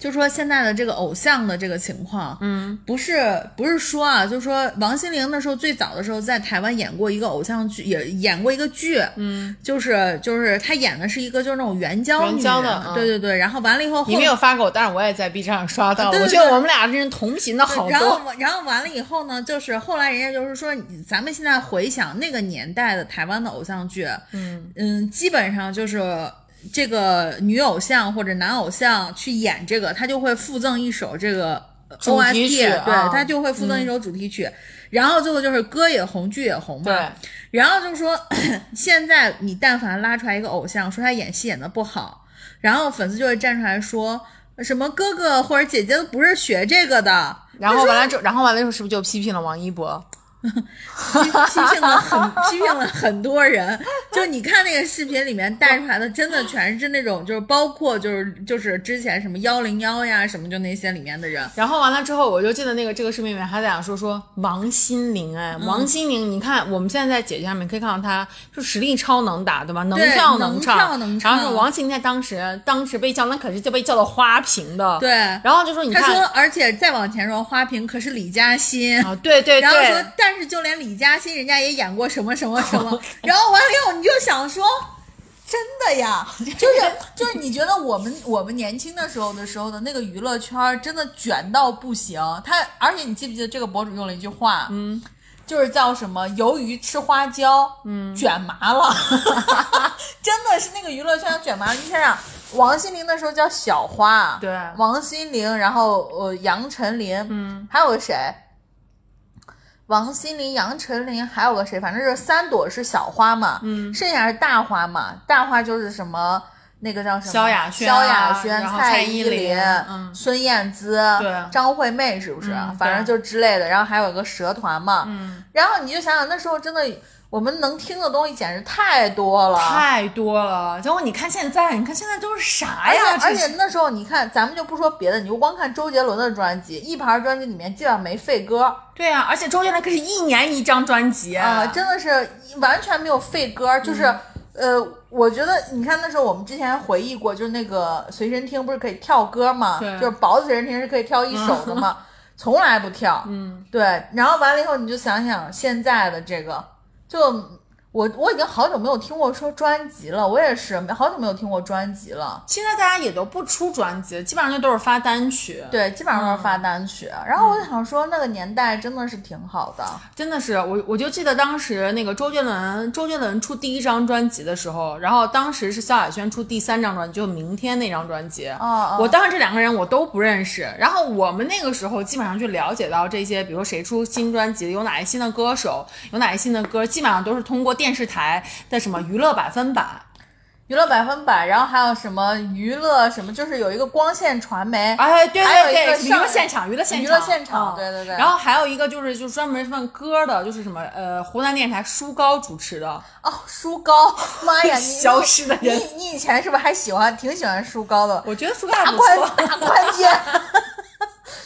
[SPEAKER 2] 就是说现在的这个偶像的这个情况，
[SPEAKER 1] 嗯，
[SPEAKER 2] 不是不是说啊，就是说王心凌那时候最早的时候在台湾演过一个偶像剧，也演过一个剧，
[SPEAKER 1] 嗯，
[SPEAKER 2] 就是就是她演的是一个就是那种援交
[SPEAKER 1] 援
[SPEAKER 2] 女，啊
[SPEAKER 1] 交的嗯
[SPEAKER 2] 对对对，然后完了以后
[SPEAKER 1] 你
[SPEAKER 2] 后
[SPEAKER 1] 没有发给我，但是我也在 B 站上刷到了。
[SPEAKER 2] 对对
[SPEAKER 1] 我
[SPEAKER 2] 对
[SPEAKER 1] 觉得我们俩真是同频的好
[SPEAKER 2] 然后
[SPEAKER 1] 多。，
[SPEAKER 2] 然后完了以后呢，就是后来人家就是说，你咱们现在回想那个年代的台湾的偶像剧，
[SPEAKER 1] 嗯
[SPEAKER 2] 嗯，基本上就是这个女偶像或者男偶像去演这个，他就会附赠一首这个呃
[SPEAKER 1] 主题
[SPEAKER 2] OST，
[SPEAKER 1] 曲
[SPEAKER 2] 对，
[SPEAKER 1] 啊
[SPEAKER 2] 他就会附赠一首主题曲。然后最后就是歌也红，剧也红嘛。
[SPEAKER 1] 对，
[SPEAKER 2] 然后就说， 现在你但凡拉出来一个偶像，说他演戏演的不好，然后粉丝就会站出来说什么哥哥或者姐姐都不是学这个的，
[SPEAKER 1] 然后完了之后，然后完了之后，是不是就批评了王一博？
[SPEAKER 2] 批批评了很批评了很多人，就你看那个视频里面带出来的，真的全是那种，就是包括就是就是之前什么幺零幺呀什么，就那些里面的人，
[SPEAKER 1] 然后完了之后，我就记得那个这个视频里面还在讲说说王心凌，哎，
[SPEAKER 2] 嗯
[SPEAKER 1] 王心凌，你看我们现在在姐姐上面可以看到她就实力超能打，对吧？能
[SPEAKER 2] 对
[SPEAKER 1] 跳
[SPEAKER 2] 能
[SPEAKER 1] 唱，
[SPEAKER 2] 跳能
[SPEAKER 1] 然后
[SPEAKER 2] 唱
[SPEAKER 1] 说王心凌在当时当时被叫，那可是就被叫到花瓶的。
[SPEAKER 2] 对。
[SPEAKER 1] 然后就说你
[SPEAKER 2] 他
[SPEAKER 1] 看
[SPEAKER 2] 说，而且再往前说，花瓶可是李嘉欣，
[SPEAKER 1] 啊，对对对，哦
[SPEAKER 2] 然后说，但是就连李嘉欣人家也演过什么什么什么，然后完了以后你就想说，真 的呀，就是就是你觉得我们我们年轻的时候的时候的那个娱乐圈儿真的卷到不行，他而且你记不记得这个博主用了一句话，嗯。就是叫什么鱿鱼吃花椒，嗯，卷 麻了，真的是那个娱乐圈卷麻了。你想想，王心凌那时候叫小花，
[SPEAKER 1] 对
[SPEAKER 2] 王心凌，然后呃杨丞琳，
[SPEAKER 1] 嗯，
[SPEAKER 2] 还有个谁？王心凌、杨丞琳，还有个谁？反正就是三朵是小花嘛，
[SPEAKER 1] 嗯
[SPEAKER 2] 剩下是大花嘛。大花就是什么那个叫什么？
[SPEAKER 1] 萧亚轩啊
[SPEAKER 2] 萧亚轩、
[SPEAKER 1] 然后蔡
[SPEAKER 2] 蔡
[SPEAKER 1] 依林
[SPEAKER 2] 林、
[SPEAKER 1] 嗯
[SPEAKER 2] 孙燕姿、
[SPEAKER 1] 对
[SPEAKER 2] 张惠妹是不是？
[SPEAKER 1] 嗯
[SPEAKER 2] 反正
[SPEAKER 1] 对
[SPEAKER 2] 就之类的。然后还有个蛇团嘛。
[SPEAKER 1] 嗯，
[SPEAKER 2] 然后你就想想那时候真的，我们能听的东西简直太多了。
[SPEAKER 1] 太多了。然后你看现在，你看现在都是啥
[SPEAKER 2] 而且
[SPEAKER 1] 呀？
[SPEAKER 2] 而
[SPEAKER 1] 这
[SPEAKER 2] 且那时候你看，咱们就不说别的，你就光看周杰伦的专辑，一盘专辑里面基本上没废歌。
[SPEAKER 1] 对啊，而且周杰伦可是一年一张专辑哎
[SPEAKER 2] 啊，真的是完全没有废歌，就是、
[SPEAKER 1] 嗯
[SPEAKER 2] 呃，我觉得你看那时候我们之前回忆过，就是那个随身听不是可以跳歌嘛，
[SPEAKER 1] 对
[SPEAKER 2] 就是薄的随身听是可以跳一首的嘛，从来不跳。
[SPEAKER 1] 嗯，
[SPEAKER 2] 对，然后完了以后你就想想现在的这个，就我我已经好久没有听过说专辑了，我也是好久没有听过专辑了。
[SPEAKER 1] 现在大家也都不出专辑，基本上就都是发单曲。
[SPEAKER 2] 对，基本
[SPEAKER 1] 嗯
[SPEAKER 2] 上都是发单曲。然后我就想说，那个年代真的是挺好的。啊
[SPEAKER 1] 真的是我，我就记得当时那个周杰伦，周杰伦出第一张专辑的时候，然后当时是萧亚轩出第三张专辑，就明天那张专辑。
[SPEAKER 2] 啊、
[SPEAKER 1] 我当时这两个人我都不认识，然后我们那个时候基本上就了解到这些，比如说谁出新专辑，有哪些新的歌手，有哪些新的歌，基本上都是通过电视台的什么娱乐百分 百，
[SPEAKER 2] 娱乐百分百，然后还有什么娱乐什么，就是有一个光线传媒，
[SPEAKER 1] 哎，对
[SPEAKER 2] 还有
[SPEAKER 1] 对
[SPEAKER 2] 一个
[SPEAKER 1] 对，娱乐
[SPEAKER 2] 上
[SPEAKER 1] 现场，娱乐现场，
[SPEAKER 2] 娱乐现场
[SPEAKER 1] 嗯
[SPEAKER 2] 对对对
[SPEAKER 1] 然后还有一个就是就专门放歌的，就是什么呃，湖南电视台舒高主持的，
[SPEAKER 2] 哦，舒高，妈呀，你
[SPEAKER 1] 消失的人
[SPEAKER 2] 你你以前是不是还喜欢挺喜欢舒高的？
[SPEAKER 1] 我觉得舒高
[SPEAKER 2] 大
[SPEAKER 1] 还不错。
[SPEAKER 2] 关大关键，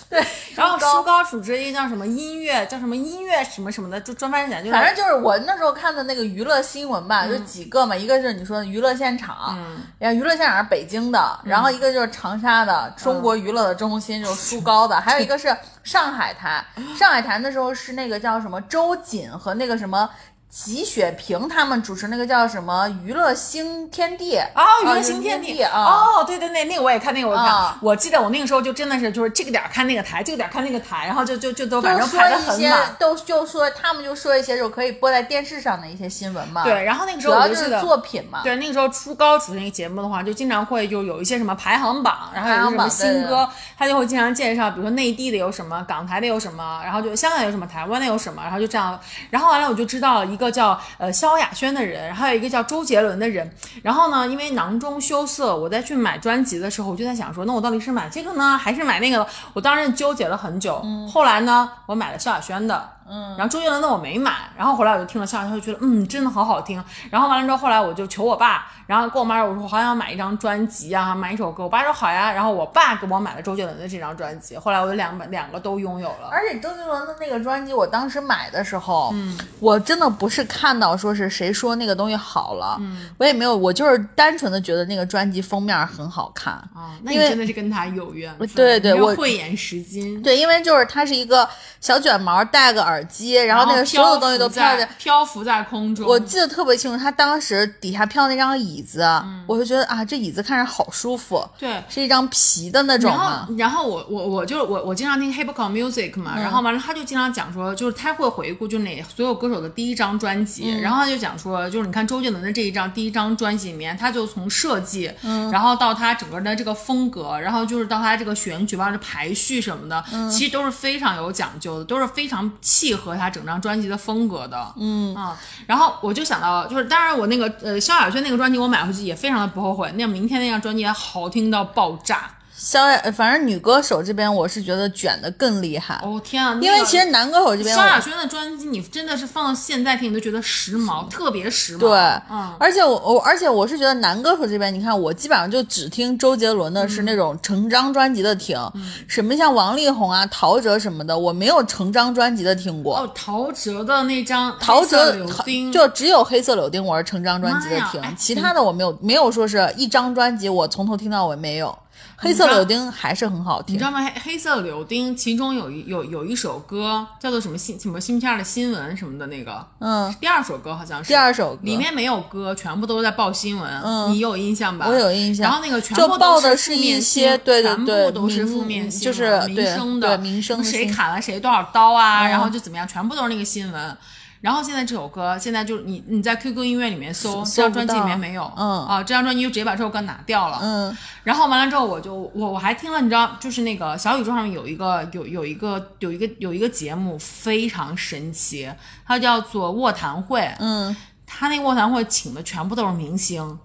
[SPEAKER 1] 然然后
[SPEAKER 2] 高
[SPEAKER 1] 书高主持一叫什么音乐，叫什么音乐什么什么的，就专翻译起来就是
[SPEAKER 2] 反正就是我那时候看的那个娱乐新闻吧，就几个嘛，一个就是你说的娱乐现场，然后娱乐现场是北京的，然后一个就是长沙的中国娱乐的中心，就是舒高的，还有一个是上海台，上海台那时候是那个叫什么周瑾和那个什么。吉雪萍他们主持那个叫什么《娱乐新天地》
[SPEAKER 1] 哦，
[SPEAKER 2] 啊
[SPEAKER 1] 娱乐新天地
[SPEAKER 2] 啊，
[SPEAKER 1] 哦，对对对，那个我也看，那个我也看。
[SPEAKER 2] 啊
[SPEAKER 1] 我记得我那个时候就真的是就是这个点儿看那个台，这个点儿看那个台，然后就就就都反
[SPEAKER 2] 就
[SPEAKER 1] 正
[SPEAKER 2] 说
[SPEAKER 1] 排的
[SPEAKER 2] 一
[SPEAKER 1] 很
[SPEAKER 2] 些
[SPEAKER 1] 满。
[SPEAKER 2] 都就说他们就说一些就可以播在电视上的一些新闻嘛，
[SPEAKER 1] 对，，然后那个时
[SPEAKER 2] 主
[SPEAKER 1] 候
[SPEAKER 2] 要
[SPEAKER 1] 我
[SPEAKER 2] 就
[SPEAKER 1] 就记
[SPEAKER 2] 是
[SPEAKER 1] 得。
[SPEAKER 2] 作品嘛，
[SPEAKER 1] 对，那个时候初高主持那个节目的话，就经常会就有一些什么排行榜，然后
[SPEAKER 2] 排
[SPEAKER 1] 有一些
[SPEAKER 2] 行
[SPEAKER 1] 什
[SPEAKER 2] 榜
[SPEAKER 1] 么
[SPEAKER 2] 对
[SPEAKER 1] 新
[SPEAKER 2] 对
[SPEAKER 1] 歌，他就会经常介绍，比如说内地的有什么，港台的有什么，然后就香港有什么，台湾的有什么，然后就这样。然后完了，我就知道了一个叫呃萧亚轩的人，还有一个叫周杰伦的人。然后呢，因为囊中羞涩，我在去买专辑的时候，我就在想说，那我到底是买这个呢，还是买那个呢？我当时纠结了很久。
[SPEAKER 2] 嗯
[SPEAKER 1] 后来呢，我买了萧亚轩的，然后周杰伦的我没买，然后回来我就听了萧亚轩，就觉得嗯，真的好好听。然后完了之后，后来我就求我爸，然后跟我妈说，我说我好想买一张专辑啊，买一首歌。我爸说好呀，然后我爸给我买了周杰伦的这张专辑，后来我就两本两个都拥有了。
[SPEAKER 2] 而且周杰伦的那个专辑，我当时买的时候，嗯，我真的不是看到说是谁说那个东西好了，嗯，我也没有，我就是单纯的觉得那个专辑封面很好看，
[SPEAKER 1] 啊，那你
[SPEAKER 2] 因为
[SPEAKER 1] 真的是跟他有缘分，
[SPEAKER 2] 对对
[SPEAKER 1] 你是
[SPEAKER 2] 我
[SPEAKER 1] 慧眼识金，
[SPEAKER 2] 对，因为就是它是一个小卷毛，戴个耳机，然后那个所有东西都飘
[SPEAKER 1] 漂
[SPEAKER 2] 着。
[SPEAKER 1] 漂浮在嗯空中。
[SPEAKER 2] 我记得特别清楚，他当时底下飘那张椅子，
[SPEAKER 1] 嗯
[SPEAKER 2] 我就觉得啊，这椅子看着好舒服，
[SPEAKER 1] 对，
[SPEAKER 2] 是一张皮的那种啊
[SPEAKER 1] 然
[SPEAKER 2] 嘛
[SPEAKER 1] 后，，然后我我我就我我经常听 hip hop music 嘛，然后完了他就经常讲说，就是他会回顾就哪所有歌手的第一张专辑，然后他就讲说，就是你看周杰伦的这一张第一张专辑里面，他就从设计，然后到他整个的这个风格，然后就是到他这个选曲完了排序什么的，其实都是非常有讲究的，都是非常契合他整张专辑的风格的。嗯啊，然后我就想到，就是当然我那个呃萧亚轩那个专辑我买回去也非常的不后悔，那明天那张专辑也好听到爆炸。
[SPEAKER 2] 萧亚，反正女歌手这边我是觉得卷的更厉害，
[SPEAKER 1] 哦天啊！
[SPEAKER 2] 因为其实男歌手这边
[SPEAKER 1] 萧
[SPEAKER 2] 我
[SPEAKER 1] 亚轩的专辑，你真的是放到现在听，你都觉得时髦，特别时髦。
[SPEAKER 2] 对，
[SPEAKER 1] 嗯，
[SPEAKER 2] 而且我我而且我是觉得男歌手这边，你看我基本上就只听周杰伦
[SPEAKER 1] 嗯
[SPEAKER 2] 的是那种成张专辑的听，什么像王力宏啊、陶喆什么的，我没有成张专辑的听过。
[SPEAKER 1] 哦，陶喆的那张《
[SPEAKER 2] 陶
[SPEAKER 1] 黑色
[SPEAKER 2] 喆
[SPEAKER 1] 柳
[SPEAKER 2] 陶
[SPEAKER 1] 丁》
[SPEAKER 2] 就只有黑色柳丁我是成张专辑的
[SPEAKER 1] 妈呀
[SPEAKER 2] 听
[SPEAKER 1] 哎，
[SPEAKER 2] 其他的我没有没有说是一张专辑我从头听到尾没有。黑色柳丁还是很好
[SPEAKER 1] 你
[SPEAKER 2] 听
[SPEAKER 1] 知，道吗？黑黑色柳丁其中有一有有一首歌叫做什么新什么新片儿的新闻什么的那个，
[SPEAKER 2] 嗯，
[SPEAKER 1] 第二首歌好像是
[SPEAKER 2] 第二首歌
[SPEAKER 1] 里面没有歌，全部都是在报新闻，
[SPEAKER 2] 嗯
[SPEAKER 1] 你有印象吧？
[SPEAKER 2] 我有印象
[SPEAKER 1] 然后那个全
[SPEAKER 2] 就
[SPEAKER 1] 部
[SPEAKER 2] 报
[SPEAKER 1] 都
[SPEAKER 2] 的
[SPEAKER 1] 负
[SPEAKER 2] 是一
[SPEAKER 1] 面
[SPEAKER 2] 些
[SPEAKER 1] 新
[SPEAKER 2] 对对
[SPEAKER 1] 全
[SPEAKER 2] 对
[SPEAKER 1] 部都是负
[SPEAKER 2] 民
[SPEAKER 1] 面新闻，
[SPEAKER 2] 就是
[SPEAKER 1] 民
[SPEAKER 2] 对
[SPEAKER 1] 生的，
[SPEAKER 2] 对民生
[SPEAKER 1] 什么
[SPEAKER 2] 的
[SPEAKER 1] 谁
[SPEAKER 2] 新闻
[SPEAKER 1] 砍了谁多少刀啊，
[SPEAKER 2] 嗯
[SPEAKER 1] 然后就怎么样，全部都是那个新闻。然后现在这首歌，现在就是你你在 QQ 音乐里面搜，这
[SPEAKER 2] 搜
[SPEAKER 1] 张
[SPEAKER 2] 不
[SPEAKER 1] 专辑里
[SPEAKER 2] 到
[SPEAKER 1] 面没有，
[SPEAKER 2] 嗯
[SPEAKER 1] 啊，这张专辑就直接把这首歌拿掉了，
[SPEAKER 2] 嗯，
[SPEAKER 1] 然后完了之后，我就我我还听了，你知道，就是那个小宇宙上面有一个有有一个有一个有一个节目非常神奇，它叫做卧谈会。
[SPEAKER 2] 嗯，
[SPEAKER 1] 他那卧谈会请的全部都是明星，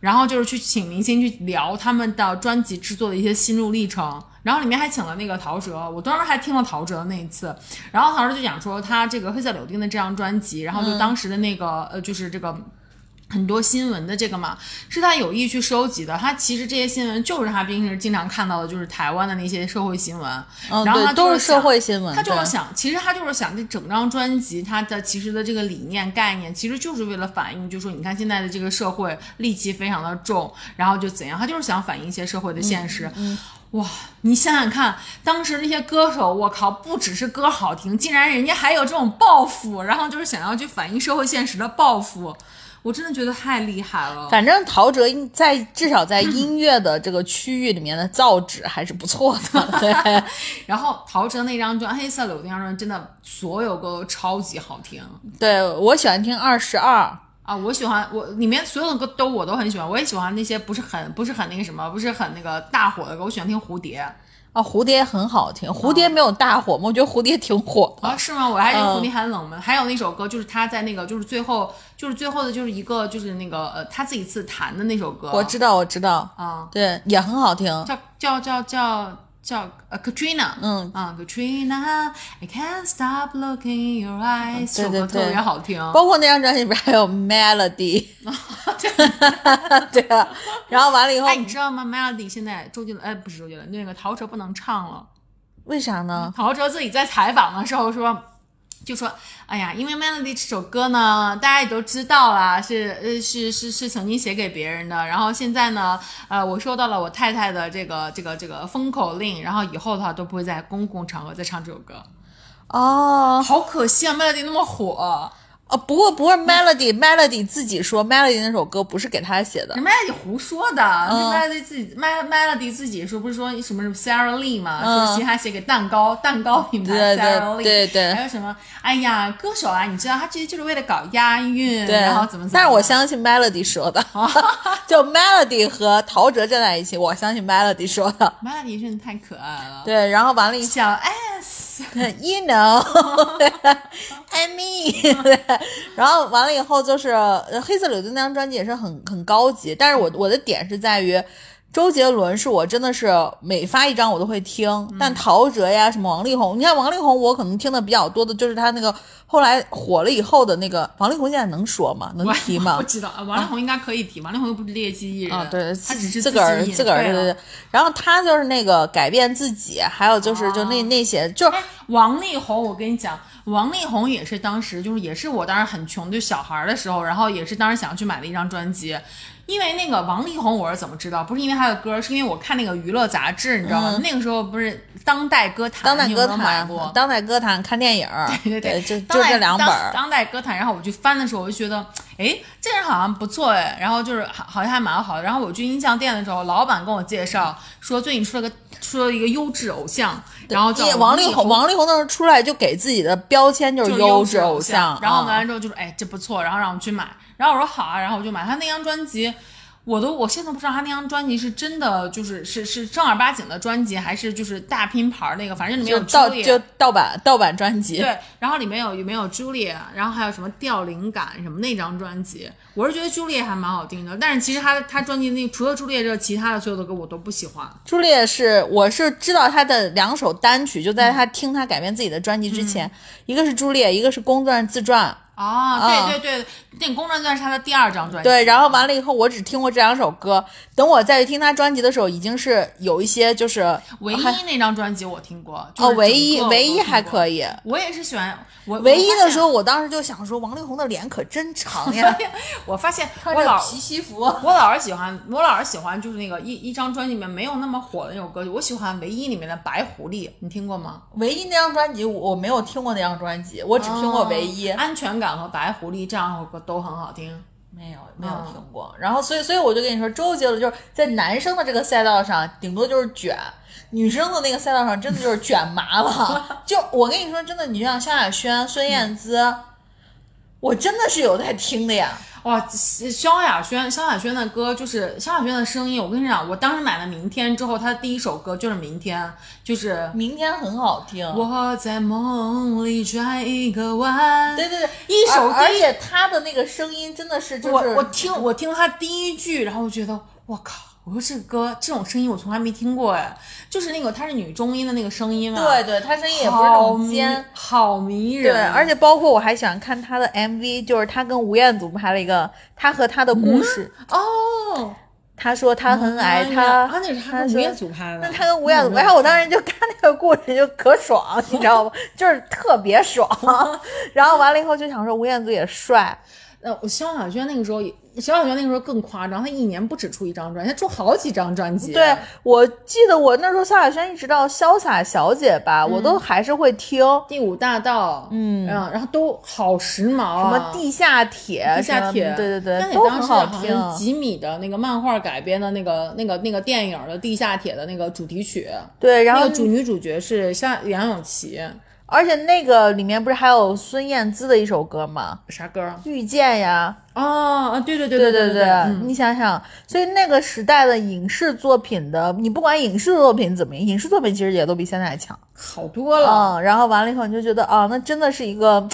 [SPEAKER 1] 然后就是去请明星去聊他们的专辑制作的一些心路历程。然后里面还请了那个陶喆，我专门还听了陶喆那一次。然后陶喆就讲说他这个《黑色柳丁》的这张专辑，然后就当时的那个、呃，就是这个很多新闻的这个嘛，是他有意去收集的。他其实这些新闻就是他平时经常看到的，就是台湾的那些社会新闻。
[SPEAKER 2] 嗯，
[SPEAKER 1] 然后
[SPEAKER 2] 对，
[SPEAKER 1] 他
[SPEAKER 2] 都
[SPEAKER 1] 就是是
[SPEAKER 2] 社会新闻，
[SPEAKER 1] 他就是
[SPEAKER 2] 嗯对
[SPEAKER 1] 想，其实他就是想这整张专辑，他的其实的这个理念概念，其实就是为了反映，就说你看现在的这个社会戾气非常的重，然后就怎样，他就是想反映一些社会的现实。
[SPEAKER 2] 嗯
[SPEAKER 1] 哇，你想想看，当时那些歌手，我靠，不只是歌好听，竟然人家还有这种抱负，然后就是想要去反映社会现实的抱负，我真的觉得太厉害了。
[SPEAKER 2] 反正陶喆应在至少在音乐的这个区域里面的造诣还是不错的，对
[SPEAKER 1] 然后陶喆那张专《黑色柳丁》那张专辑真的所有歌都超级好听。
[SPEAKER 2] 对，我喜欢听二十二，
[SPEAKER 1] 啊，我喜欢我里面所有的歌都我都很喜欢，我也喜欢那些不是很不是很那个什么，不是很那个大火的歌，我喜欢听蝴蝶
[SPEAKER 2] 啊，蝴蝶很好听，蝴蝶没有大火吗？我觉得蝴蝶挺火的，
[SPEAKER 1] 啊，是吗？我还觉得
[SPEAKER 2] 嗯
[SPEAKER 1] 蝴蝶很冷门。还有那首歌就是他在那个就是最后就是最后的就是一个就是那个呃他自己自弹的那首歌，
[SPEAKER 2] 我知道，我知道，
[SPEAKER 1] 啊，
[SPEAKER 2] 对，也很好听。
[SPEAKER 1] 叫叫叫叫叫呃 Katrina，
[SPEAKER 2] 嗯
[SPEAKER 1] 啊 Katrina，I can't stop looking in your eyes，这首
[SPEAKER 2] 对对
[SPEAKER 1] 歌特
[SPEAKER 2] 对
[SPEAKER 1] 别好听，
[SPEAKER 2] 包括那张专辑里边还有 Melody，对 啊，然后完了以后
[SPEAKER 1] 哎哎，你知道吗？Melody 现在周杰伦，哎，不是周杰伦，那个陶喆不能唱了，
[SPEAKER 2] 为啥呢？
[SPEAKER 1] 陶喆自己在采访的时候说。就说，哎呀，因为《Melody》这首歌呢，大家也都知道啦，是呃是是是曾经写给别人的。然后现在呢，呃，我收到了我太太的这个这个这个封口令，然后以后的话都不会在公共场合再唱这首歌。
[SPEAKER 2] 哦
[SPEAKER 1] 好可惜啊，《Melody》那么火，
[SPEAKER 2] 哦，不过不过 Melody、Melody 自己说 Melody 那首歌不是给他写 的
[SPEAKER 1] 人，Melody 胡说的、m
[SPEAKER 2] 嗯
[SPEAKER 1] e l o d y 自己 Mel Melody 自己说不是说什么什么 Sarah Lee 嘛，
[SPEAKER 2] 嗯
[SPEAKER 1] 说其实他写给蛋糕蛋糕品牌
[SPEAKER 2] 对对
[SPEAKER 1] Sarah Lee，
[SPEAKER 2] 对对
[SPEAKER 1] 还有什么，哎呀，歌手啊，你知道他其实就是为了搞押韵，
[SPEAKER 2] 对，
[SPEAKER 1] 然后怎么怎么样，
[SPEAKER 2] 但是我相信 Melody 说 的，就 Melody 和陶喆站在一起，我相信 Melody 说 的。
[SPEAKER 1] Melody 真的太可爱了。
[SPEAKER 2] 对，然后完了一
[SPEAKER 1] 小 S，
[SPEAKER 2] you know，I mean，对 然后完了以后就是呃黑色柳丁那张专辑也是很很高级，但是
[SPEAKER 1] 嗯
[SPEAKER 2] 我我的点是在于。周杰伦是我真的是每发一张我都会听，
[SPEAKER 1] 嗯
[SPEAKER 2] 但陶喆呀什么王力宏，你看王力宏我可能听的比较多的就是他那个后来火了以后的那个王力宏，现在能说吗？能
[SPEAKER 1] 我
[SPEAKER 2] 提 吗
[SPEAKER 1] 不？知道，啊王力宏应该可以提，王力宏又不是劣迹艺人
[SPEAKER 2] 啊，嗯对，
[SPEAKER 1] 他只是
[SPEAKER 2] 自个儿
[SPEAKER 1] 己隐
[SPEAKER 2] 自个儿
[SPEAKER 1] 退
[SPEAKER 2] 对
[SPEAKER 1] 了
[SPEAKER 2] 对对。然后他就是那个改变自己，还有就是就那、
[SPEAKER 1] 哦
[SPEAKER 2] 那些就是
[SPEAKER 1] 哎，王力宏，我跟你讲，王力宏也是当时就是也是我当时很穷，就小孩儿的时候，然后也是当时想要去买的一张专辑，因为那个王力宏我是怎么知道？不是因为他的歌，是因为我看那个娱乐杂志，你知道吗？那个时候不是当代歌坛，
[SPEAKER 2] 嗯当代
[SPEAKER 1] 你有
[SPEAKER 2] 歌
[SPEAKER 1] 没有买
[SPEAKER 2] 坛
[SPEAKER 1] 过，
[SPEAKER 2] 当代歌坛看电影儿，
[SPEAKER 1] 对对，
[SPEAKER 2] 就
[SPEAKER 1] 当
[SPEAKER 2] 就
[SPEAKER 1] 代
[SPEAKER 2] 这两本
[SPEAKER 1] 当
[SPEAKER 2] 儿。
[SPEAKER 1] 当代歌坛，然后我去翻的时候，我就觉得，哎，这人好像不错哎，然后就是好好像还蛮好的。然后我去音像店的时候，老板跟我介绍说，最近出了个出了一个优质偶像，然后叫
[SPEAKER 2] 因为王
[SPEAKER 1] 力
[SPEAKER 2] 宏，王力宏当时出来就给自己的标签就
[SPEAKER 1] 就是是优
[SPEAKER 2] 质
[SPEAKER 1] 偶
[SPEAKER 2] 像，
[SPEAKER 1] 然后
[SPEAKER 2] 嗯
[SPEAKER 1] 完了之后就说，哎，这不错，然后让我去买，然后我说好啊，然后我就买他那张专辑。我都我现在都不知道他那张专辑是真的，就是是是正儿八经的专辑，还是就是大拼盘儿那个，反正里面
[SPEAKER 2] 就
[SPEAKER 1] 有啊
[SPEAKER 2] 盗
[SPEAKER 1] Julia
[SPEAKER 2] 就盗版盗版专辑。
[SPEAKER 1] 对，然后里面有里面有 Julia，然后还有什么掉灵感什么那张专辑，我是觉得 Julia 还蛮好听的，但是其实她她专辑那除了 Julia 之外，其他的所有的歌我都不喜欢。
[SPEAKER 2] 朱丽叶是，我是知道她的两首单曲，就在
[SPEAKER 1] 嗯
[SPEAKER 2] 她听她改变自己的专辑之前，一个是朱丽叶，一个是公转自传。
[SPEAKER 1] 哦，
[SPEAKER 2] 啊
[SPEAKER 1] 对对对，那个公转钻是她的第二张专辑。
[SPEAKER 2] 对，然后完了以后，我只听过这两首歌。等我再去听她专辑的时候，已经是有一些就是
[SPEAKER 1] 唯一
[SPEAKER 2] 还
[SPEAKER 1] 那张专辑我听过，就
[SPEAKER 2] 哦，
[SPEAKER 1] 是
[SPEAKER 2] 唯
[SPEAKER 1] 整
[SPEAKER 2] 一
[SPEAKER 1] 个我
[SPEAKER 2] 唯
[SPEAKER 1] 都
[SPEAKER 2] 一
[SPEAKER 1] 听
[SPEAKER 2] 还
[SPEAKER 1] 过
[SPEAKER 2] 可以，
[SPEAKER 1] 我也是喜欢我
[SPEAKER 2] 唯一的时候，
[SPEAKER 1] 我
[SPEAKER 2] 我当时就想说，王力宏的脸可真长呀，
[SPEAKER 1] 发现， 我发现
[SPEAKER 2] 穿
[SPEAKER 1] 我
[SPEAKER 2] 着
[SPEAKER 1] 老
[SPEAKER 2] 皮西服。
[SPEAKER 1] 我老是喜欢，我老是喜欢就是那个一一张专辑里面没有那么火的那首歌曲，我喜欢唯一里面的白狐狸，你听过吗？
[SPEAKER 2] 唯一那张专辑，我我没有听过那张专辑，我只听过唯一，
[SPEAKER 1] 哦安全感和白狐狸这两首歌都很好听。
[SPEAKER 2] 没有没有
[SPEAKER 1] 嗯
[SPEAKER 2] 听过。然后所以所以我就跟你说，周杰伦就是在男生的这个赛道上，顶多就是卷；女生的那个赛道上，真的就是卷麻 了。就我跟你说，真的，你像萧亚轩、孙燕姿，
[SPEAKER 1] 嗯
[SPEAKER 2] 我真的是有在听的呀。
[SPEAKER 1] 哇，萧亚轩，萧亚轩的歌就是萧亚轩的声音。我跟你讲，我当时买了《明天》之后，他的第一首歌就是《明天》，就是
[SPEAKER 2] 明天很好听，
[SPEAKER 1] 我在梦里转一个弯。
[SPEAKER 2] 对对对，
[SPEAKER 1] 一首
[SPEAKER 2] 而而
[SPEAKER 1] 第一
[SPEAKER 2] 且他的那个声音真的是就是
[SPEAKER 1] 我我听我听他第一句，然后我觉得我靠，我说这歌这种声音我从来没听过哎，就是那个她是女中音的那个声音嘛，
[SPEAKER 2] 对，对，他声音也不是那
[SPEAKER 1] 好
[SPEAKER 2] 种
[SPEAKER 1] 迷
[SPEAKER 2] 尖。，
[SPEAKER 1] 好迷人，
[SPEAKER 2] 对，而且包括我还喜欢看他的 MV，就是他跟吴彦祖拍了一个他和他的故事。
[SPEAKER 1] 哦，
[SPEAKER 2] 他说他很
[SPEAKER 1] 哎
[SPEAKER 2] 爱
[SPEAKER 1] 呀
[SPEAKER 2] 他，
[SPEAKER 1] 啊，那是他跟
[SPEAKER 2] 说
[SPEAKER 1] 吴彦祖拍的，嗯
[SPEAKER 2] 那他跟吴彦祖，
[SPEAKER 1] 那
[SPEAKER 2] 然后我当时就看那个故事就可爽，你知道吗？就是特别爽。 然后完了以后就想说吴彦祖也帅，
[SPEAKER 1] 呃，我萧亚轩那个时候也，萧亚轩那个时候更夸张，他一年不只出一张专辑，他出好几张专辑，
[SPEAKER 2] 对，我记得我那时候萧亚轩一直到潇洒小姐吧，我
[SPEAKER 1] 嗯
[SPEAKER 2] 都还是会听
[SPEAKER 1] 第五大道，
[SPEAKER 2] 嗯
[SPEAKER 1] 然后然后都好时髦
[SPEAKER 2] 什
[SPEAKER 1] 啊，
[SPEAKER 2] 么地下铁
[SPEAKER 1] 地
[SPEAKER 2] 什么
[SPEAKER 1] 下
[SPEAKER 2] 的
[SPEAKER 1] 铁，
[SPEAKER 2] 对对
[SPEAKER 1] 但
[SPEAKER 2] 对，
[SPEAKER 1] 你
[SPEAKER 2] 都
[SPEAKER 1] 当
[SPEAKER 2] 很
[SPEAKER 1] 时
[SPEAKER 2] 好
[SPEAKER 1] 好
[SPEAKER 2] 听。
[SPEAKER 1] 像吉米的那个漫画改编的那个那个那个电影的《地下铁》的那个主题曲，
[SPEAKER 2] 对，然
[SPEAKER 1] 那
[SPEAKER 2] 后
[SPEAKER 1] 个主女主角是像梁咏琪，
[SPEAKER 2] 而且那个里面不是还有孙燕姿的一首歌吗？
[SPEAKER 1] 啥歌啊？
[SPEAKER 2] 遇见呀，
[SPEAKER 1] 哦，啊对对对
[SPEAKER 2] 对
[SPEAKER 1] 对对，
[SPEAKER 2] 对，
[SPEAKER 1] 嗯
[SPEAKER 2] 你想想，所以那个时代的影视作品的，你不管影视作品怎么样，影视作品其实也都比现在强。
[SPEAKER 1] 好多了，
[SPEAKER 2] 嗯，然后完了以后，你就觉得啊，那真的是一个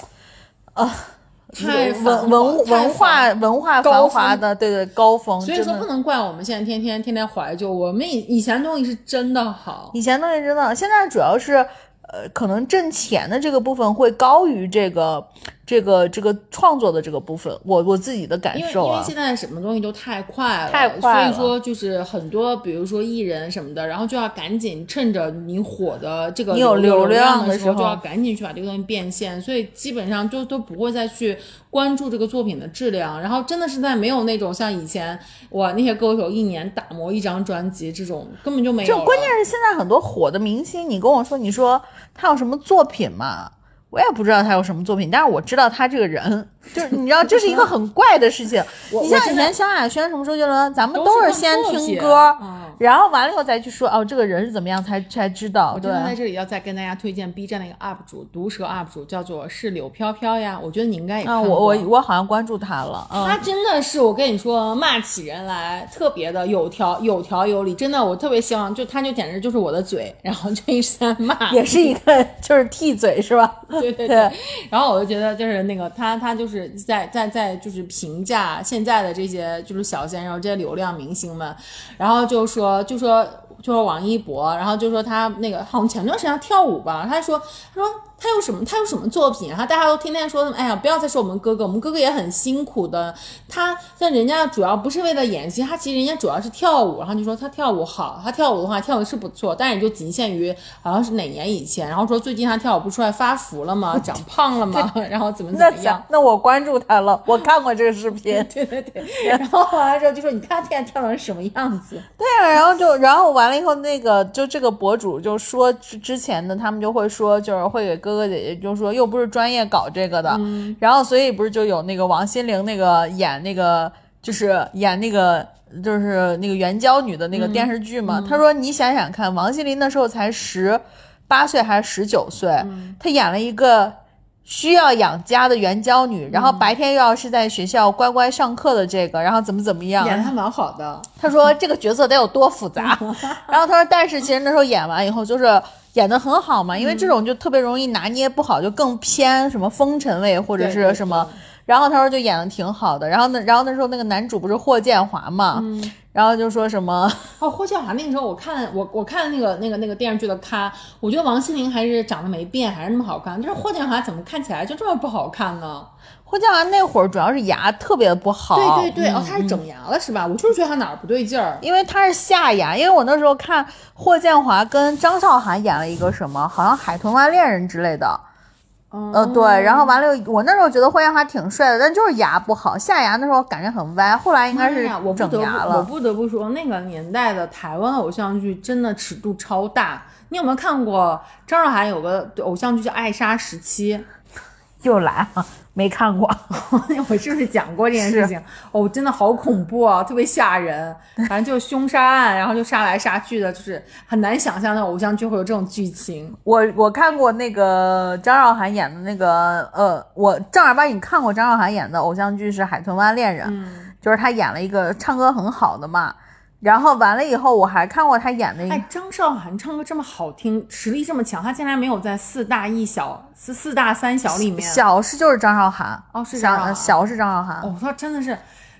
[SPEAKER 1] 太
[SPEAKER 2] 嗯文
[SPEAKER 1] 繁
[SPEAKER 2] 文
[SPEAKER 1] 华
[SPEAKER 2] 文化。
[SPEAKER 1] 太繁
[SPEAKER 2] 文化
[SPEAKER 1] 高
[SPEAKER 2] 繁
[SPEAKER 1] 峰
[SPEAKER 2] 华的，对对高峰。
[SPEAKER 1] 所以
[SPEAKER 2] 真
[SPEAKER 1] 说
[SPEAKER 2] 的
[SPEAKER 1] 不能怪我们现在天天天天怀旧，我们以以前东西是真的好。
[SPEAKER 2] 以前东西真的，现在主要是，呃，可能挣钱的这个部分会高于这个这个这个创作的这个部分，我我自己的感
[SPEAKER 1] 因为
[SPEAKER 2] 受
[SPEAKER 1] 因为
[SPEAKER 2] 啊
[SPEAKER 1] 现。在什么东西都太快了，
[SPEAKER 2] 太快
[SPEAKER 1] 所
[SPEAKER 2] 了
[SPEAKER 1] 以说就是很多，比如说艺人什么的，然后就要赶紧趁着你火的这个
[SPEAKER 2] 你有
[SPEAKER 1] 流
[SPEAKER 2] 流量
[SPEAKER 1] 的
[SPEAKER 2] 的时候
[SPEAKER 1] 就要赶紧去把这个东西变现，所以基本上就都不会再去关注这个作品的质量。然后真的是在没有那种像以前哇那些歌手一年打磨一张专辑这种根本就没有
[SPEAKER 2] 这
[SPEAKER 1] 了。
[SPEAKER 2] 关键是现在很多火的明星，你跟我说，你说他有什么作品嘛？我也不知道他有什么作品，但是我知道他这个人， 就是你知道，这是一个很怪的事情。
[SPEAKER 1] 我
[SPEAKER 2] 你像
[SPEAKER 1] 我
[SPEAKER 2] 以
[SPEAKER 1] 现
[SPEAKER 2] 前萧亚轩什么周杰伦，咱们
[SPEAKER 1] 都
[SPEAKER 2] 都
[SPEAKER 1] 是
[SPEAKER 2] 是先
[SPEAKER 1] 看作
[SPEAKER 2] 听
[SPEAKER 1] 品
[SPEAKER 2] 歌，
[SPEAKER 1] 嗯
[SPEAKER 2] 然后完了以后再去说哦，这个人是怎么样才才知道。
[SPEAKER 1] 我
[SPEAKER 2] 对啊
[SPEAKER 1] 真，的哦在这里要再跟大家推荐 B 站的一个 UP 主，毒舌 UP 主叫做是柳飘飘呀，我觉得你应该也看
[SPEAKER 2] 啊，
[SPEAKER 1] 过。
[SPEAKER 2] 我我我好像关注他了，嗯，
[SPEAKER 1] 他真的是，我跟你说，骂起人来特别的有条有条有理，真的，我特别希望，就他就简直就是我的嘴，然后就一直在骂，
[SPEAKER 2] 也是一个就是替嘴是吧？
[SPEAKER 1] 对对
[SPEAKER 2] 对
[SPEAKER 1] 对。然后我就觉得，就是那个他他就是在在在就是评价现在的这些就是小鲜肉这些流量明星们，然后就说就说就说王一博，然后就说他那个好像前段时间他跳舞吧，他说他说他有什么他有什么作品，然后大家都天天说什么，哎呀不要再说我们哥哥，我们哥哥也很辛苦的，他但人家主要不是为了演戏，他其实人家主要是跳舞，然后你说他跳舞好，他跳舞的话跳的是不错，但是也就仅限于好像是哪年以前，然后说最近他跳舞不出来发福了吗？长胖了吗？ 然后怎么怎
[SPEAKER 2] 那
[SPEAKER 1] 么样
[SPEAKER 2] 行？，那我关注他了，我看过这个视频。
[SPEAKER 1] 对对对，然后完了之后就说你看他现在跳成什么样子？
[SPEAKER 2] 对啊，然后就然后完了以后，那个就这个博主就说之之前的他们就会说，就是会给哥哥姐姐就说又不是专业搞这个的，然后所以不是就有那个王心凌那个演那个就是演那个。就是那个援交女的那个电视剧嘛，他说你想想看，王心凌那时候才十八岁还是十九岁，她演了一个需要养家的援交女，然后白天又要是在学校乖乖上课的这个，然后怎么怎么样，
[SPEAKER 1] 演的还蛮好的，
[SPEAKER 2] 他说这个角色得有多复杂， 然后他说，但是其实那时候演完以后就是演的很好嘛，
[SPEAKER 1] 嗯
[SPEAKER 2] 因为这种就特别容易拿捏不好，就更偏什么风尘味或者
[SPEAKER 1] 对对
[SPEAKER 2] 是什么。啊然后他说就演的挺好的，然后那然后那时候那个男主不是霍建华嘛，
[SPEAKER 1] 嗯
[SPEAKER 2] 然后就说什么
[SPEAKER 1] 哦，霍建华那个时候我看我我看那个那个那个电视剧的咖，我觉得王心凌还是长得没变，还是那么好看，但是霍建华怎么看起来就这么不好看呢？
[SPEAKER 2] 霍建华那会儿主要是牙特别不好，嗯
[SPEAKER 1] 对对对，哦，他是整牙了是吧？我就是觉得他哪儿不对劲儿。
[SPEAKER 2] 因为他是下牙，因为我那时候看霍建华跟张韶涵演了一个什么，好像《海豚湾恋人》之类的。
[SPEAKER 1] 哦
[SPEAKER 2] 呃，对，然后完了，我那时候觉得霍建华挺帅的，但就是牙不好，下牙那时候感觉很歪，后来应该
[SPEAKER 1] 妈
[SPEAKER 2] 是
[SPEAKER 1] 哎呀我不得
[SPEAKER 2] 整
[SPEAKER 1] 不
[SPEAKER 2] 牙
[SPEAKER 1] 我
[SPEAKER 2] 了。
[SPEAKER 1] 不得不说，那个年代的台湾偶像剧真的尺度超大。你有没有看过张韶涵有个偶像剧叫《爱莎时期》？
[SPEAKER 2] 又来了，没看过。
[SPEAKER 1] 我是不是讲过这件事情？哦，真的好恐怖啊，特别吓 人。反正就是凶杀案，然后就杀来杀去的，就是很难想象那偶像剧会有这种剧情。
[SPEAKER 2] 我我看过那个张韶涵演的那个，呃，我正儿八经看过张韶涵演的偶像剧是《海豚湾恋人》，
[SPEAKER 1] 嗯，
[SPEAKER 2] 就是她演了一个唱歌很好的嘛。然后完了以后，我还看过她演的一个
[SPEAKER 1] 哎，张韶涵唱歌这么好听，实力这么强，她竟然没有在四大一小、四四大三小里面
[SPEAKER 2] 小是就是张韶涵，
[SPEAKER 1] 哦是张
[SPEAKER 2] 张
[SPEAKER 1] 韶涵
[SPEAKER 2] 小是张韶涵，
[SPEAKER 1] 哦，他真的是，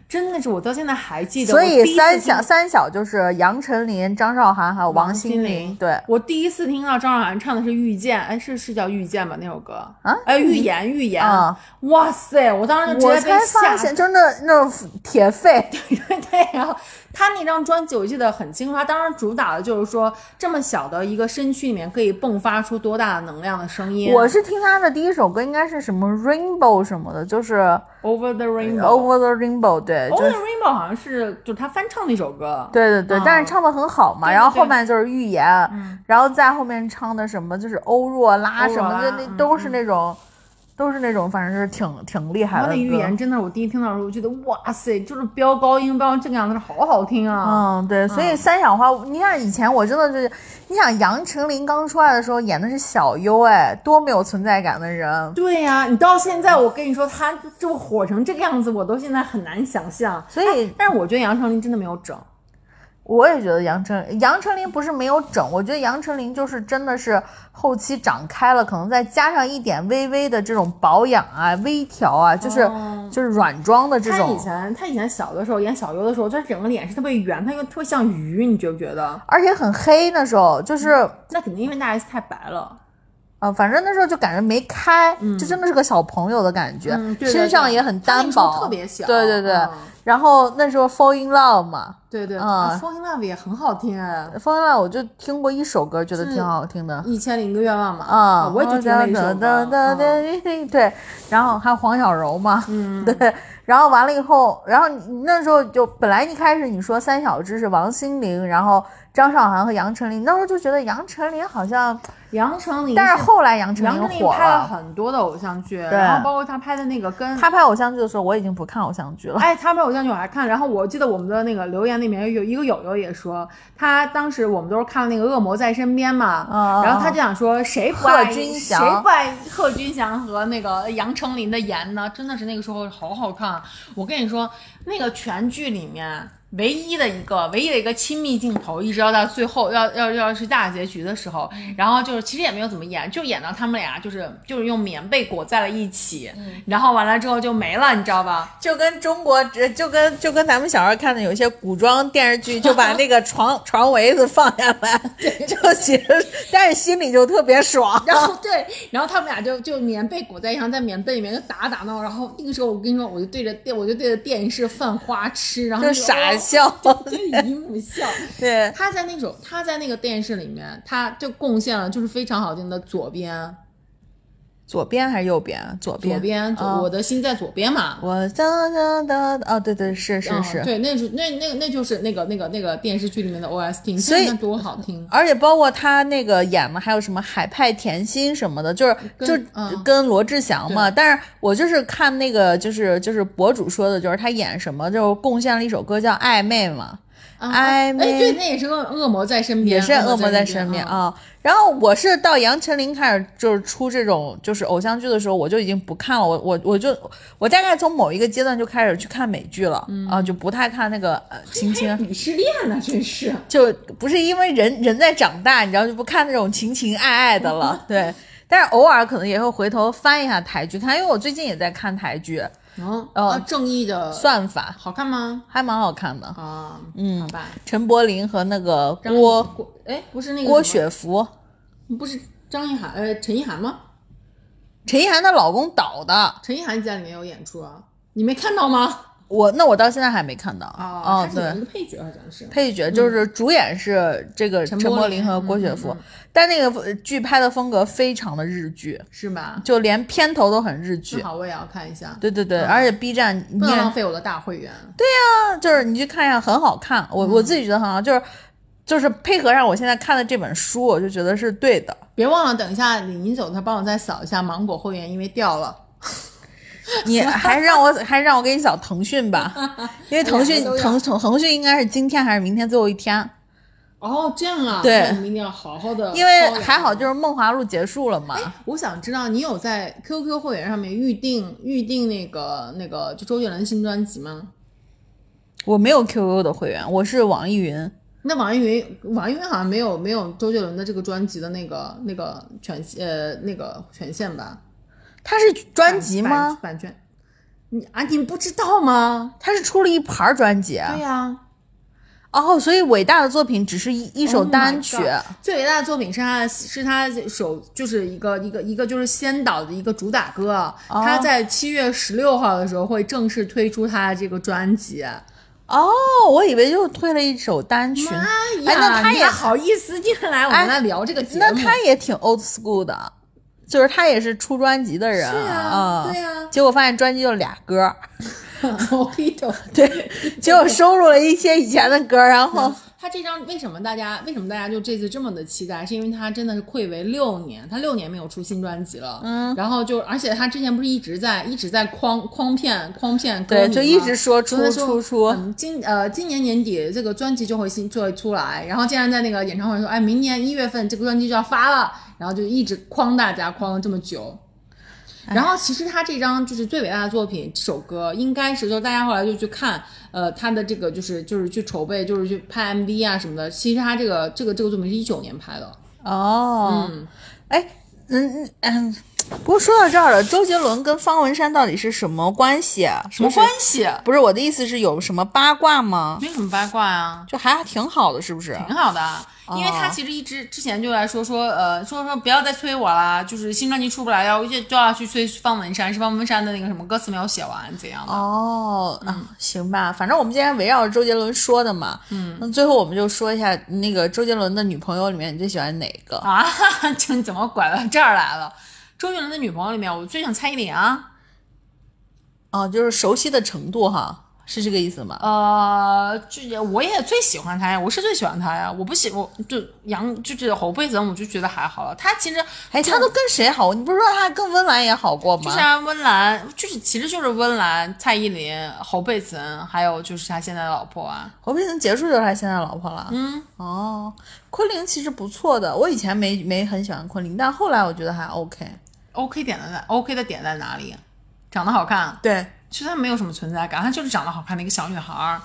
[SPEAKER 1] 真的是，我到现在还记得。
[SPEAKER 2] 所
[SPEAKER 1] 我
[SPEAKER 2] 以
[SPEAKER 1] 第一次
[SPEAKER 2] 三
[SPEAKER 1] 听
[SPEAKER 2] 小三小就是杨丞琳、张韶涵还有王心凌，对。
[SPEAKER 1] 我第一次听到张韶涵唱的是《遇见》，哎，是是叫《遇见》吧？那首歌
[SPEAKER 2] 啊
[SPEAKER 1] 哎，《预言》，预言。
[SPEAKER 2] 啊
[SPEAKER 1] 哇塞！我当时就
[SPEAKER 2] 我
[SPEAKER 1] 直接被
[SPEAKER 2] 才发
[SPEAKER 1] 吓
[SPEAKER 2] 现，就是那那种铁肺，
[SPEAKER 1] 对，然后他那张专辑我记得很清楚，他当时主打的就是说，这么小的一个身躯里面可以迸发出多大的能量的声音。
[SPEAKER 2] 我是听他的第一首歌，应该是什么 Rainbow 什么的，就是
[SPEAKER 1] Over the Rainbow。哦
[SPEAKER 2] Over the Rainbow，对，就
[SPEAKER 1] Over
[SPEAKER 2] 是
[SPEAKER 1] the Rainbow 好像是就是他翻唱那首歌，
[SPEAKER 2] 对对对，
[SPEAKER 1] 嗯
[SPEAKER 2] 但是唱的很好嘛。
[SPEAKER 1] 对对
[SPEAKER 2] 然后后
[SPEAKER 1] 对嗯
[SPEAKER 2] 面就是预言，然后再后面唱的什么就是欧若拉
[SPEAKER 1] 欧
[SPEAKER 2] 什
[SPEAKER 1] 若
[SPEAKER 2] 么，
[SPEAKER 1] 拉
[SPEAKER 2] 就那
[SPEAKER 1] 嗯
[SPEAKER 2] 都是那种，都是那种，反正是挺挺厉害
[SPEAKER 1] 他
[SPEAKER 2] 的
[SPEAKER 1] 的
[SPEAKER 2] 歌。
[SPEAKER 1] 预言真的是我第一听到的时候，我觉得哇塞，就是飙高音飙成这个样子，好好听啊！
[SPEAKER 2] 嗯，对，所以三小花，你看以前我真的是，你想杨丞琳刚出来的时候演的是小优，哎，多没有存在感的人。
[SPEAKER 1] 对呀、你到现在我跟你说，他就火成这个样子，我都现在很难想象。
[SPEAKER 2] 所以
[SPEAKER 1] 但是我觉得杨丞琳真的没有整，
[SPEAKER 2] 我也觉得杨丞杨丞琳不是没有整，我觉得杨丞琳就是真的是后期长开了，可能再加上一点微微的这种保养啊、微调啊，就是、
[SPEAKER 1] 哦
[SPEAKER 2] 就是软装的这
[SPEAKER 1] 他以
[SPEAKER 2] 种，
[SPEAKER 1] 前他以前小的时候演小优的时候，他整个脸是特别圆，他又特别像鱼，你觉不觉得？嗯
[SPEAKER 2] 而且很黑那时候，就是
[SPEAKER 1] 那肯定因为大 S 太白了。
[SPEAKER 2] 呃，反正那时候就感觉没开，就真的是个小朋友的感觉，
[SPEAKER 1] 嗯对对
[SPEAKER 2] 身上也很单
[SPEAKER 1] 他那时
[SPEAKER 2] 薄，
[SPEAKER 1] 候特别小
[SPEAKER 2] 对对对，
[SPEAKER 1] 嗯
[SPEAKER 2] 然后那时候 Fall in Love 嘛
[SPEAKER 1] 对对，
[SPEAKER 2] 啊
[SPEAKER 1] 啊，《Fall in Love》也很好听啊，
[SPEAKER 2] ，Fall in Love 我就听过一首歌，觉得挺好听的。
[SPEAKER 1] 《一千零一个愿望》嘛，
[SPEAKER 2] 啊，
[SPEAKER 1] 我也就听那一首
[SPEAKER 2] 哒哒哒哒
[SPEAKER 1] 歌。嗯
[SPEAKER 2] 对，然后还有黄小柔嘛， 嗯，对，然后完了以后，然后你那时候就本来一开始你说三小只是王心凌，然后张韶涵和杨丞琳，那时候就觉得杨丞琳好像，
[SPEAKER 1] 杨丞琳，
[SPEAKER 2] 但是后来杨丞
[SPEAKER 1] 杨丞
[SPEAKER 2] 琳
[SPEAKER 1] 琳
[SPEAKER 2] 火
[SPEAKER 1] 拍了
[SPEAKER 2] 了，
[SPEAKER 1] 很多的偶像剧，然后包括她拍的那个跟
[SPEAKER 2] 她拍偶像剧的时候我已经不看偶像剧了，
[SPEAKER 1] 哎，他们偶像剧我还看，然后我记得我们的那个留言里面有一个友友也说，他当时我们都是看了那个《恶魔在身边》嘛，
[SPEAKER 2] 嗯
[SPEAKER 1] 然后他
[SPEAKER 2] 嗯
[SPEAKER 1] 就想说谁不
[SPEAKER 2] 贺
[SPEAKER 1] 爱
[SPEAKER 2] 军
[SPEAKER 1] 谁
[SPEAKER 2] 翔
[SPEAKER 1] 不爱贺军翔和那个杨丞琳的颜呢？真的是那个时候好好看啊，我跟你说，那个全剧里面。唯一的一个，唯一的一个亲密镜头，一直要到最后，要要要是大结局的时候，
[SPEAKER 2] 嗯
[SPEAKER 1] 然后就是其实也没有怎么演，就演到他们俩就是就是用棉被裹在了一起，
[SPEAKER 2] 嗯
[SPEAKER 1] 然后完了之后就没了，你知道吧？
[SPEAKER 2] 就跟中国就跟就跟咱们小时候看的有些古装电视剧，就把那个 床床围子放下来，就其实但是心里就特别 爽，
[SPEAKER 1] 然后对，然后他们俩就就棉被裹在一上，在棉被里面就打打闹。然后那个时候，我跟你说，我就对着电，我就对着电视犯花痴，然后
[SPEAKER 2] 就
[SPEAKER 1] 那个
[SPEAKER 2] 傻
[SPEAKER 1] 哦
[SPEAKER 2] 笑，
[SPEAKER 1] 对姨母笑。
[SPEAKER 2] 对，
[SPEAKER 1] 他在那首他在那个电视里面，他就贡献了就是非常好听的左边，
[SPEAKER 2] 左边还是右边啊？左边，
[SPEAKER 1] 左边，左
[SPEAKER 2] 啊
[SPEAKER 1] 我的心在左边嘛。
[SPEAKER 2] 我哒哒哒哒，哦，对对是是
[SPEAKER 1] 嗯
[SPEAKER 2] 是，
[SPEAKER 1] 对，那是那那那就是那个那个那个电视剧里面的 OST，你
[SPEAKER 2] 所以
[SPEAKER 1] 看那多好听。
[SPEAKER 2] 而且包括他那个演嘛，还有什么海派甜心什么的，就是
[SPEAKER 1] 跟
[SPEAKER 2] 就
[SPEAKER 1] 嗯
[SPEAKER 2] 跟罗志祥嘛。但是我就是看那个就是就是博主说的，就是他演什么就贡献了一首歌叫《暧昧》嘛，
[SPEAKER 1] 啊
[SPEAKER 2] 哎
[SPEAKER 1] 哎，对，
[SPEAKER 2] 没
[SPEAKER 1] 那也是恶恶魔在嗯身边，
[SPEAKER 2] 也是恶魔在身
[SPEAKER 1] 边。
[SPEAKER 2] 边啊。然后我是到杨丞琳开始就是出这种就是偶像剧的时候，我就已经不看了，我我我就我大概从某一个阶段就开始去看美剧了、
[SPEAKER 1] 嗯
[SPEAKER 2] 啊，就不太看那个呃情情。
[SPEAKER 1] 鄙视链呢，真是。
[SPEAKER 2] 就不是因为人人在长大，你知道就不看那种情情爱爱的 了，对。但是偶尔可能也会回头翻一下台剧看，因为我最近也在看台剧，
[SPEAKER 1] 哦，
[SPEAKER 2] 哦
[SPEAKER 1] 啊，正义的
[SPEAKER 2] 算法
[SPEAKER 1] 好看吗？
[SPEAKER 2] 还蛮好看的。
[SPEAKER 1] 啊，嗯，好吧。
[SPEAKER 2] 陈柏霖和那个
[SPEAKER 1] 张
[SPEAKER 2] 郭
[SPEAKER 1] 郭哎，不是那个
[SPEAKER 2] 郭
[SPEAKER 1] 什么，
[SPEAKER 2] 雪芙，
[SPEAKER 1] 不是张一涵呃陈意涵吗？
[SPEAKER 2] 陈意涵她老公导的，
[SPEAKER 1] 陈意涵在里面有演出啊，你没看到吗？
[SPEAKER 2] 我那我到现在还没看到。
[SPEAKER 1] 啊，
[SPEAKER 2] 哦
[SPEAKER 1] 他，是里
[SPEAKER 2] 对
[SPEAKER 1] 面，的配角好像是。
[SPEAKER 2] 配角就是主演是这个
[SPEAKER 1] 嗯陈
[SPEAKER 2] 陈
[SPEAKER 1] 柏
[SPEAKER 2] 柏
[SPEAKER 1] 霖
[SPEAKER 2] 霖和郭
[SPEAKER 1] 嗯
[SPEAKER 2] 雪
[SPEAKER 1] 嗯
[SPEAKER 2] 芙
[SPEAKER 1] 嗯，
[SPEAKER 2] 但那个呃剧拍的风格非常的日剧，
[SPEAKER 1] 是吧？
[SPEAKER 2] 就连片头都很日
[SPEAKER 1] 正
[SPEAKER 2] 剧。
[SPEAKER 1] 好我嗯也要看一下，
[SPEAKER 2] 对对对，而且 B 站你
[SPEAKER 1] 不能
[SPEAKER 2] 也
[SPEAKER 1] 浪费我的大会员。
[SPEAKER 2] 就是你去看一下，很好看，我我自己觉得很好，就是就是配合上我现在看的这本书，我就觉得是对的。
[SPEAKER 1] 别忘了，等一下李宁总他帮我再扫一下芒果会员，因为掉了。
[SPEAKER 2] 你还让我还让我给你扫腾讯吧，因为腾讯
[SPEAKER 1] 两个都要
[SPEAKER 2] 腾腾腾讯应该是今天还是明天最后一天，
[SPEAKER 1] 哦，这样啊，
[SPEAKER 2] 对
[SPEAKER 1] 那我们一定要好好的。
[SPEAKER 2] 因为还好就是《梦华录》结束了嘛。
[SPEAKER 1] 我想知道你有在 QQ 会员上面预定预定那个那个就周杰伦新专辑吗？
[SPEAKER 2] 我没有 QQ 的会员，我是网易云。
[SPEAKER 1] 那网易云网易云好像没有没有周杰伦的这个专辑的那个那个权呃那个权限吧？
[SPEAKER 2] 它是专辑
[SPEAKER 1] 版
[SPEAKER 2] 吗？
[SPEAKER 1] 版权？你啊，你不知道吗？
[SPEAKER 2] 它是出了一盘专辑啊
[SPEAKER 1] 对呀、
[SPEAKER 2] 哦，所以伟大的作品只是一一首
[SPEAKER 1] Oh my
[SPEAKER 2] 单曲
[SPEAKER 1] God 最伟大的作品是他的是他首就是一个一个一个就是先导的一个主打歌，他在七月十六号的时候会正式推出他的这个专辑。
[SPEAKER 2] 哦，我以为就推了一首单曲。
[SPEAKER 1] 哎
[SPEAKER 2] 哎那他
[SPEAKER 1] 你
[SPEAKER 2] 也
[SPEAKER 1] 还好意思进来我
[SPEAKER 2] 哎
[SPEAKER 1] 们来聊这个节目？
[SPEAKER 2] 那他也挺 old school 的，就是他也是出专辑的人，
[SPEAKER 1] 对呀
[SPEAKER 2] 啊，
[SPEAKER 1] 对 呀
[SPEAKER 2] 结果发现专辑就俩 歌，
[SPEAKER 1] ，Mojito
[SPEAKER 2] 对，结果收录了一些以前的歌，然后
[SPEAKER 1] 他这张为什么大家为什么大家就这次这么的期待？是因为他真的是暌违六年，他六年没有出新专辑了。嗯，然后就而且他之前不是一直在一直在诓诓骗诓骗歌迷
[SPEAKER 2] 对，
[SPEAKER 1] 吗
[SPEAKER 2] 就一直说
[SPEAKER 1] 就
[SPEAKER 2] 出
[SPEAKER 1] 是说
[SPEAKER 2] 出出，
[SPEAKER 1] 嗯，今呃今年年底这个专辑就会新就会出来，然后竟然在那个演唱会说，哎，明年一月份这个专辑就要发了，然后就一直诓大家诓了这么久。然后其实他这张就是最伟大的作品，这首歌应该是就是大家后来就去看，呃，他的这个就是就是去筹备，就是去拍 MV 啊什么的。其实他这个这个这个作品是一九年拍的，
[SPEAKER 2] 哦，
[SPEAKER 1] 嗯，
[SPEAKER 2] 哎，嗯嗯嗯，不过说到这儿了，周杰伦跟方文山到底是什么关系啊？
[SPEAKER 1] 什么
[SPEAKER 2] 就是
[SPEAKER 1] 关系？
[SPEAKER 2] 不是我的意思是有什么八卦吗？
[SPEAKER 1] 没什么八卦啊，
[SPEAKER 2] 就还挺好的，是不是？
[SPEAKER 1] 挺好的。因为他
[SPEAKER 2] 哦
[SPEAKER 1] 其实一直之前就在说说，呃，说说不要再催我啦，就是新专辑出不来要就就要去催方文山，是方文山的那个什么歌词没有写完怎样的？
[SPEAKER 2] 哦，啊，行吧，反正我们今天围绕着周杰伦说的嘛，嗯，那最后我们就说一下那个周杰伦的女朋友里面你最喜欢哪个？
[SPEAKER 1] 啊， 这你怎么拐到这儿来了？周杰伦的女朋友里面，我最想蔡依林啊，
[SPEAKER 2] 哦，就是熟悉的程度哈，是这个意思吗？
[SPEAKER 1] 呃，就也我也最喜欢她呀，我是最喜欢她呀，我不喜我就杨就是侯佩岑，我就觉得还好了，她其实
[SPEAKER 2] 哎，他都跟谁好？你不是说他跟温岚也好过吗？
[SPEAKER 1] 就是啊温岚，就是其实就是温岚、蔡依林、侯佩岑，还有就是他现在的老婆啊，
[SPEAKER 2] 侯佩岑结束就是他现在老婆了。
[SPEAKER 1] 嗯，
[SPEAKER 2] 哦，昆凌其实不错的，我以前没没很喜欢昆凌，但后来我觉得还 OK。
[SPEAKER 1] OK 点在哪？OK 的点在哪里？长得好看，
[SPEAKER 2] 对
[SPEAKER 1] 其实她没有什么存在感，她就是长得好看的一个小女孩儿。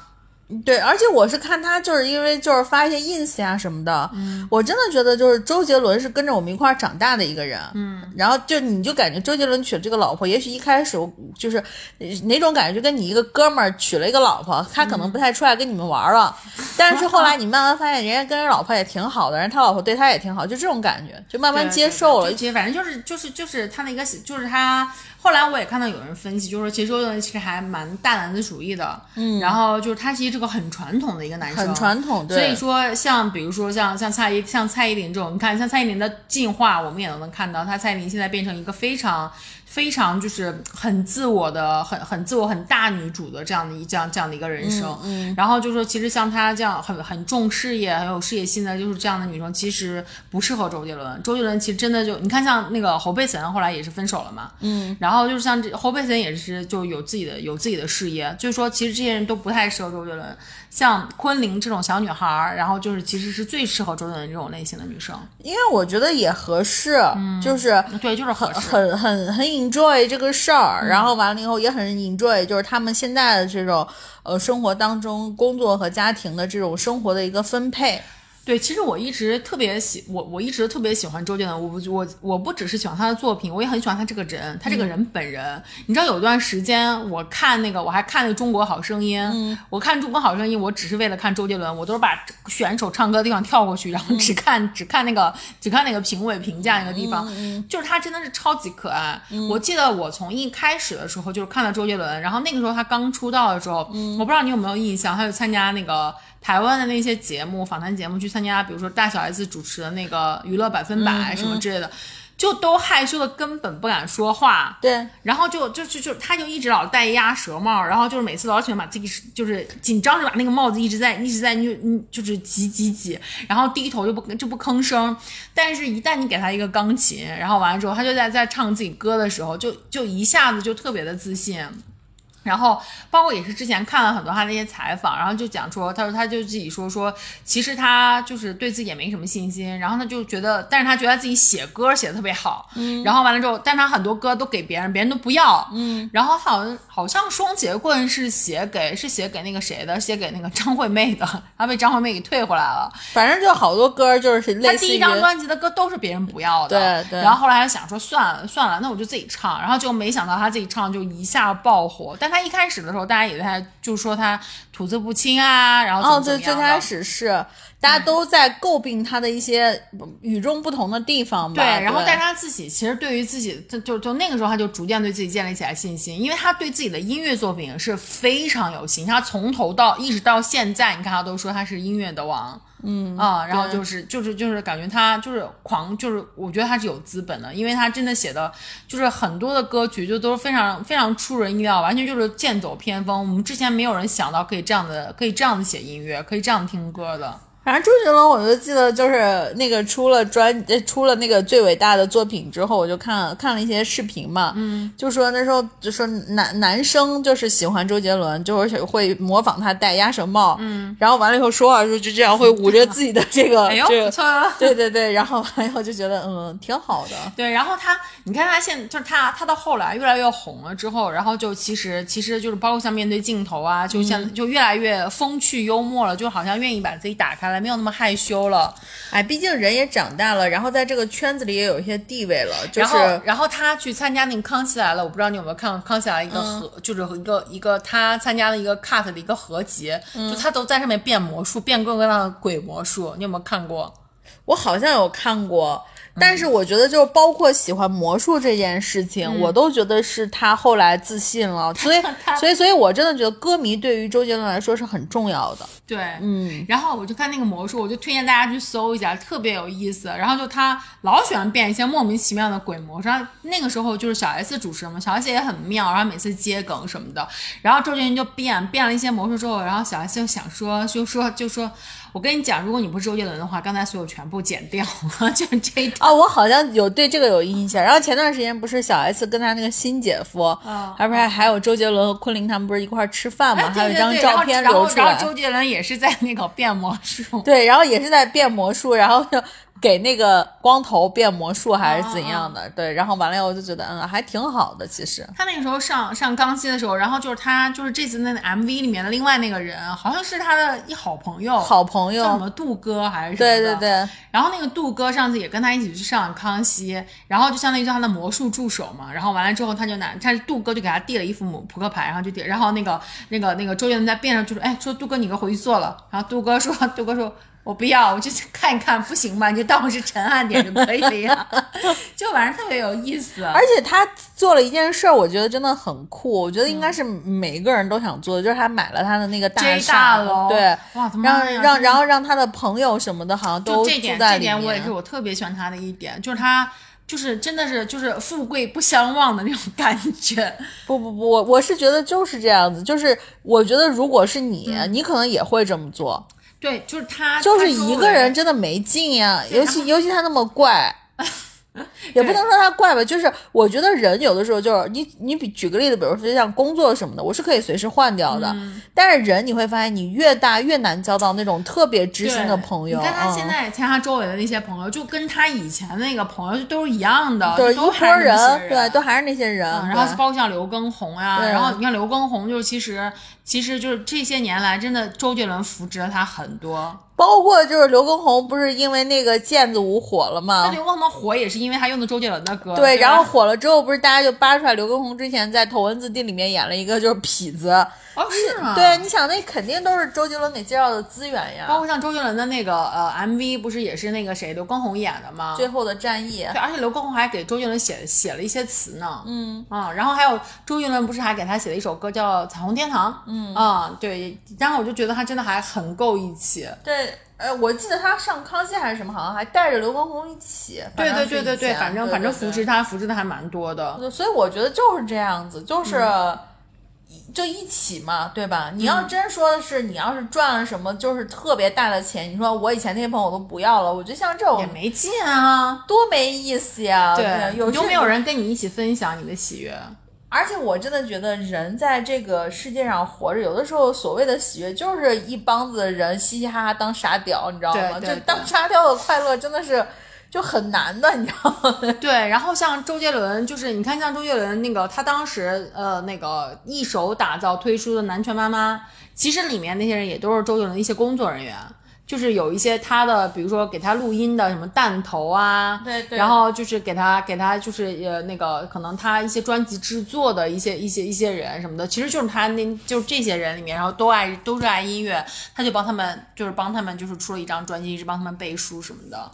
[SPEAKER 2] 对，而且我是看他就是因为就是发一些 ins 呀、什么的，
[SPEAKER 1] 嗯
[SPEAKER 2] 我真的觉得就是周杰伦是跟着我们一块儿长大的一个人，嗯，然后就你就感觉周杰伦娶了这个老婆，也许一开始我就是呃哪种感觉，就跟你一个哥们儿娶了一个老婆，他可能不太出来跟你们玩儿了，
[SPEAKER 1] 嗯
[SPEAKER 2] 但是后来你慢慢发现人家跟人老婆也挺好的，人家他老婆对他也挺好，就这种感觉，就慢慢
[SPEAKER 1] 对
[SPEAKER 2] 接
[SPEAKER 1] 对
[SPEAKER 2] 受了
[SPEAKER 1] 就，其实反正就是就是就是他那个就是他，后来我也看到有人分析，就是说其实周杰伦其实还蛮大男子主义的，嗯，然后就是他其实是个很传统的一个男生，
[SPEAKER 2] 很传统，对，
[SPEAKER 1] 所以说，像比如说像像蔡依像蔡依林这种，你看像蔡依林的进化，我们也能看到，她蔡依林现在变成一个非常非常就是很自我的、很很自我、很大女主的这样的一这样这样的一个人生。嗯，然后就说，其实像她这样很很重事业、很有事业心的，就是这样的女生，其实不适合周杰伦。周杰伦其实真的就你看，像那个侯佩岑后来也是分手了嘛，
[SPEAKER 2] 嗯
[SPEAKER 1] 然后就是像这侯佩岑也是就有自己的有自己的事业，就是说其实这些人都不太适合周杰伦，像昆凌这种小女孩儿，然后就是其实是最适合周杰伦这种类型的女生，
[SPEAKER 2] 因为我觉得也合适，
[SPEAKER 1] 嗯
[SPEAKER 2] 就是
[SPEAKER 1] 对，就是合适。
[SPEAKER 2] 很很很 enjoy 这个事
[SPEAKER 1] 嗯
[SPEAKER 2] 儿，然后完了以后也很 enjoy，就是他们现在的这种呃生活当中工作和家庭的这种生活的一个分配。
[SPEAKER 1] 对，其实我一直特别喜我我一直特别喜欢周杰伦，我不我我不只是喜欢他的作品，我也很喜欢他这个人，他这个人本人。你知道有段时间我看那个我还看那个《中国好声音》我看《中国好声音》，我只是为了看周杰伦，我都是把选手唱歌的地方跳过去，然后只看、只看那个只看那个评委评价那个地方，就是他真的是超级可爱。我记得我从一开始的时候就是看到周杰伦，然后那个时候他刚出道的时候，我不知道你有没有印象，他就参加那个台湾的那些节目、访谈节目去参加，比如说大小 S 主持的那个《娱乐百分百》什么之类的，就都害羞的根本不敢说话。
[SPEAKER 2] 对，
[SPEAKER 1] 然后就就就就，他就一直老戴鸭舌帽，然后就是每次老喜欢把自己是就是紧张着把那个帽子一直在一直在就就是挤挤挤，然后低头就不就不吭声。但是，一旦你给他一个钢琴，然后完了之后，他就在在唱自己歌的时候，就就一下子就特别的自信。然后，包括也是之前看了很多他那些采访，然后就讲说，他说他就自己说说，其实他就是对自己也没什么信心，然后他就觉得，但是他觉得自己写歌写的特别好，嗯，然后完了之后，但他很多歌都给别人，别人都不要，嗯，然后他好像好像双节棍是写给是写给那个谁的，写给那个张惠妹的，他被张惠妹给退回来了，
[SPEAKER 2] 反正就好多歌就是
[SPEAKER 1] 他
[SPEAKER 2] 类似
[SPEAKER 1] 第一
[SPEAKER 2] 于
[SPEAKER 1] 张专辑的歌都是别人不要的，
[SPEAKER 2] 对对
[SPEAKER 1] 然后后来他想说算了算了，那我就自己唱，然后就没想到他自己唱就一下爆火。但他一开始的时候，大家也在就说他吐字不清啊，然后怎
[SPEAKER 2] 哦，
[SPEAKER 1] 么怎
[SPEAKER 2] 最
[SPEAKER 1] 么
[SPEAKER 2] 最
[SPEAKER 1] 样的嗯
[SPEAKER 2] 开始是大家都在诟病他的一些与众不同的地方吧。
[SPEAKER 1] 对，
[SPEAKER 2] 对，
[SPEAKER 1] 然后但是他自己其实对于自己，就就就那个时候他就逐渐对自己建立起来信心，因为他对自己的音乐作品是非常有信心。他从头到一直到现在，你看他都说他是音乐的王，嗯啊，然后就是就是就是感觉他就是狂，就是我觉得他是有资本的，因为他真的写的就是很多的歌曲就都是非常非常出人意料，完全就是剑走偏锋。我们之前没有人想到可以这样的，可以这样子写音乐，可以这样听歌的。
[SPEAKER 2] 反正周杰伦，我就记得就是那个出了专呃出了那个最伟大的作品之后，我就看看了一些视频嘛，嗯，就说那时候就说男男生就是喜欢周杰伦，就是会模仿他戴鸭舌帽，嗯，然后完了以后说话的时候就这样会捂着自己的这 个，
[SPEAKER 1] 哎呦，
[SPEAKER 2] 呃这
[SPEAKER 1] 不
[SPEAKER 2] 个
[SPEAKER 1] 错啊。
[SPEAKER 2] 对对对，然后完了以后就觉得嗯挺好的，
[SPEAKER 1] 对，然后他，你看他现就是他，他到后来越来越红了之后，然后就其实其
[SPEAKER 2] 嗯
[SPEAKER 1] 实就是包括像面对镜头啊，就像、就越来越风趣幽默了，就好像愿意把自己打开
[SPEAKER 3] 来，没有那么害羞了。
[SPEAKER 2] 哎，毕竟人也长大了，然后在这个圈子里也有一些地位了，就
[SPEAKER 1] 然
[SPEAKER 2] 是
[SPEAKER 1] 后，然后他去参加那个《康熙来了》，我不知道你有没有看过《康熙来了》一个
[SPEAKER 2] 嗯
[SPEAKER 1] 合，就是一个一个他参加了一个 cut 的一个合集，
[SPEAKER 2] 嗯
[SPEAKER 1] 就他都在上面变魔术，变各个各样的鬼魔术，你有没有看过？
[SPEAKER 2] 我好像有看过，
[SPEAKER 1] 嗯
[SPEAKER 2] 但是我觉得就是包括喜欢魔术这件事情，
[SPEAKER 1] 嗯
[SPEAKER 2] 我都觉得是他后来自信 了，所以所以所以我真的觉得歌迷对于周杰伦来说是很重要的。
[SPEAKER 1] 对，嗯，然后我就看那个魔术，我就推荐大家去搜一下，特别有意思。然后就他老喜欢变一些莫名其妙的鬼魔术，然后那个时候就是小 S 主持嘛，小 S 也很妙，然后每次接梗什么的。然后周杰伦就变变了一些魔术之后，然后小 S 就想说，就说就说，我跟你讲，如果你不是周杰伦的话，刚才所有全部剪掉， 就这一段。
[SPEAKER 2] 啊，我好像有对这个有印象。然后前段时间不是小 S 跟她那个新姐夫，
[SPEAKER 1] 嗯
[SPEAKER 2] 还不是还有周杰伦和昆凌他们不是一块儿吃饭嘛，
[SPEAKER 1] 哎
[SPEAKER 2] 还有一
[SPEAKER 1] 对
[SPEAKER 2] 张
[SPEAKER 1] 对对
[SPEAKER 2] 照片
[SPEAKER 1] 然后然后
[SPEAKER 2] 流出
[SPEAKER 1] 然
[SPEAKER 2] 来
[SPEAKER 1] 后。周杰伦也是在那个变魔术，
[SPEAKER 2] 对，然后也是在变魔术，然后就给那个光头变魔术还是怎样的，
[SPEAKER 1] 啊
[SPEAKER 2] 对，然后完了以后我就觉得，嗯，还挺好的，其实。
[SPEAKER 1] 他那个时候上上康熙的时候，然后就是他就是这次那个 MV 里面的另外那个人，好像是他的一好朋友，
[SPEAKER 2] 好朋
[SPEAKER 1] 叫什
[SPEAKER 2] 友，
[SPEAKER 1] 么杜哥还是什么
[SPEAKER 2] 对
[SPEAKER 1] 的
[SPEAKER 2] 对。对，
[SPEAKER 1] 然后那个杜哥上次也跟他一起去上康熙，然后就相当于是他的魔术助手嘛。然后完了之后，他就拿他杜哥就给他递了一副扑克牌，然后就递，然后那个那个那个周杰伦在边上就说：“哎，说杜哥你给我回去坐了。”然后杜哥说：“杜哥说。”我不要，我就去看一看，不行吗？你就当我是陈汉典就可以了呀， 就反正特别有意思。啊
[SPEAKER 2] 而且他做了一件事儿，我觉得真的很酷，我觉得应该是每个人都想做的，就是他买了他的那个大
[SPEAKER 1] J
[SPEAKER 2] 厦，
[SPEAKER 1] 嗯大楼，
[SPEAKER 2] 对，
[SPEAKER 1] 哇，他妈
[SPEAKER 2] 让
[SPEAKER 1] 呀
[SPEAKER 2] 让然后让他的朋友什么的，好像
[SPEAKER 1] 就
[SPEAKER 2] 都住
[SPEAKER 1] 这点，
[SPEAKER 2] 在
[SPEAKER 1] 这
[SPEAKER 2] 里
[SPEAKER 1] 点我也
[SPEAKER 2] 面
[SPEAKER 1] 是，。我特别喜欢他的一点，就是他就是真的是就是富贵不相忘的那种感觉。
[SPEAKER 2] 不不不，我我是觉得就是这样子，就是我觉得如果是你，
[SPEAKER 1] 嗯
[SPEAKER 2] 你可能也会这么做，
[SPEAKER 1] 对，就是他，
[SPEAKER 2] 就是
[SPEAKER 1] 他周
[SPEAKER 2] 一
[SPEAKER 1] 围
[SPEAKER 2] 个人，真的没劲 呀，尤其尤其他那么怪。也不能说他怪吧，就是我觉得人有的时候就是你你比举个例子，比如说像工作什么的，我是可以随时换掉的。
[SPEAKER 1] 嗯
[SPEAKER 2] 但是人你会发现，你越大越难交到那种特别知心的
[SPEAKER 1] 对
[SPEAKER 2] 朋友。
[SPEAKER 1] 你看他
[SPEAKER 2] 嗯
[SPEAKER 1] 现在参加周围的那些朋友，就跟他以前那个朋友都是一样的，就
[SPEAKER 2] 对一
[SPEAKER 1] 都
[SPEAKER 2] 波
[SPEAKER 1] 还是那些人，
[SPEAKER 2] 对，都还是那些人。
[SPEAKER 1] 嗯，然
[SPEAKER 2] 对
[SPEAKER 1] 后包括像刘畊宏呀、
[SPEAKER 2] 对啊
[SPEAKER 1] 然后你看刘畊宏，就是其实其实就是这些年来，真的周杰伦扶植了他很多。
[SPEAKER 2] 包括就是刘畊宏不是因为那个毽子舞火了
[SPEAKER 1] 那
[SPEAKER 2] 吗？
[SPEAKER 1] 刘畊宏的火也是因为他用的周杰伦的歌，
[SPEAKER 2] 对，
[SPEAKER 1] 对吧，
[SPEAKER 2] 然后火了之后，不是大家就扒出来刘畊宏之前在《头文字 D》里面演了一个就是痞子，
[SPEAKER 1] 哦是吗？
[SPEAKER 2] 对，你想那肯定都是周杰伦给介绍的资源
[SPEAKER 1] 包
[SPEAKER 2] 呀。
[SPEAKER 1] 括像周杰伦的那个呃 MV，不是也是那个谁刘畊宏演的吗？
[SPEAKER 2] 最
[SPEAKER 1] 对，
[SPEAKER 2] 后的战役，啊
[SPEAKER 1] 而且刘畊宏还给周杰伦写写了一些词呢。嗯啊，然后还有周杰伦不是还给他写了一首歌叫《彩虹天堂》。嗯啊，对，然后我就觉得他真的还很够义气。
[SPEAKER 2] 对，呃，我记得他上康熙还是什么，好像还带着刘畊宏一起。
[SPEAKER 1] 对
[SPEAKER 2] 反
[SPEAKER 1] 对
[SPEAKER 2] 正是
[SPEAKER 1] 对对
[SPEAKER 2] 以前
[SPEAKER 1] 反正反正扶。
[SPEAKER 2] 对
[SPEAKER 1] 持他扶持的还蛮多的。
[SPEAKER 2] 对所以我觉得就是这样子，
[SPEAKER 1] 嗯
[SPEAKER 2] 就是。就一起嘛，对吧？你
[SPEAKER 1] 嗯
[SPEAKER 2] 要真说的是，你要是赚了什么，就是特别大的钱，你说我以前那些朋友我都不要了，我觉得像这种
[SPEAKER 1] 也没劲啊，
[SPEAKER 2] 多没意思呀！
[SPEAKER 1] 对，
[SPEAKER 2] 嗯啊有
[SPEAKER 1] 你
[SPEAKER 2] 时
[SPEAKER 1] 就没有？人跟你一起分享你的喜悦。
[SPEAKER 2] 而且我真的觉得人在这个世界上活着，有的时候所谓的喜悦，就是一帮子人嘻嘻哈哈当傻屌，你知道吗？
[SPEAKER 1] 对对
[SPEAKER 2] 就当傻屌的快乐真的是就很难的，你知道吗？
[SPEAKER 1] 对，然后像周杰伦，就是你看，像周杰伦那个，他当时呃那个一手打造推出的《南拳妈妈》，其实里面那些人也都是周杰伦的一些工作人员，就是有一些他的，比如说给他录音的什么弹头啊，
[SPEAKER 2] 对对
[SPEAKER 1] 然后就是给他给他就是呃那个可能他一些专辑制作的一些一些一些人什么的，其实就是他那就是这些人里面，然后都爱都热爱音乐，他就帮他们就是帮他们就是出了一张专辑，一直帮他们背书什么的。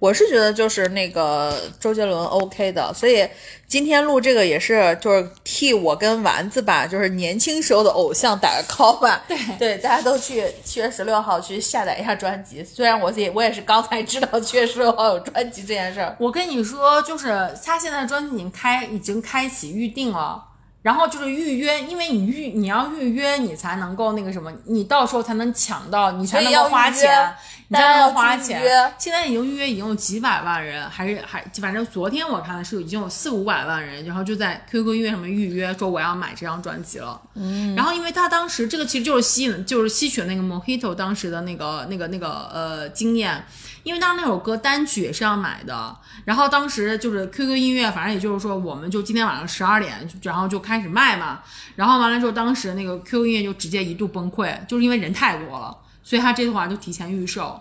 [SPEAKER 2] 我是觉得就是那个周杰伦 OK 的，所以今天录这个也是就是替我跟丸子吧，就是年轻时候的偶像打个 call 吧。对对，大家都去七月十六号去下载一下专辑。虽然我自己我也是刚才知道七月十六号有专辑这件事儿，
[SPEAKER 1] 我跟你说，就是他现在的专辑已经开已经开启预定了，然后就是预约，因为你预你要预约，你才能够那个什么，你到时候才能抢到，你才能
[SPEAKER 2] 所以要
[SPEAKER 1] 够花
[SPEAKER 2] 预约
[SPEAKER 1] 钱，你
[SPEAKER 2] 大家
[SPEAKER 1] 才
[SPEAKER 2] 要
[SPEAKER 1] 能
[SPEAKER 2] 去
[SPEAKER 1] 够花
[SPEAKER 2] 预约
[SPEAKER 1] 钱。现在已经预约已经有几百万人，还是还反正昨天我看的是已经有四五百万人，然后就在 QQ 音乐上面预约说我要买这张专辑了。嗯，然后因为他当时这个其实就是吸引就是吸取那个 Mojito 当时的那个那个那个呃经验。因为当时那首歌单曲也是要买的，然后当时就是 QQ 音乐，反正也就是说，我们就今天晚上十二点，然后就开始卖嘛。然后完了之后，当时那个 QQ 音乐就直接一度崩溃，就是因为人太多了。所以他这会儿就提前预售。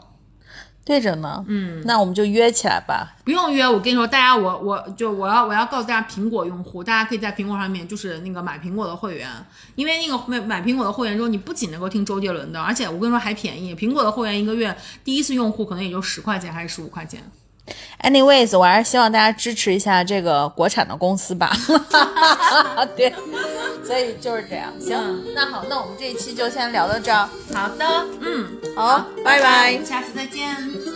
[SPEAKER 2] 对着呢，嗯，那我们就约起来吧。
[SPEAKER 1] 不用约，我跟你说，大家我我就我要我要告诉大家，苹果用户，大家可以在苹果上面就是那个买苹果的会员，因为那个买买苹果的会员之后，你不仅能够听周杰伦的，而且我跟你说还便宜，苹果的会员一个月第一次用户可能也就十块钱还是十五块钱。
[SPEAKER 2] Anyways，我还是希望大家支持一下这个国产的公司吧。 对，所以就是这样。行，那好，那我们这一期就先聊到这儿。
[SPEAKER 1] 好的，嗯，
[SPEAKER 2] 好，拜拜
[SPEAKER 1] 下次再见。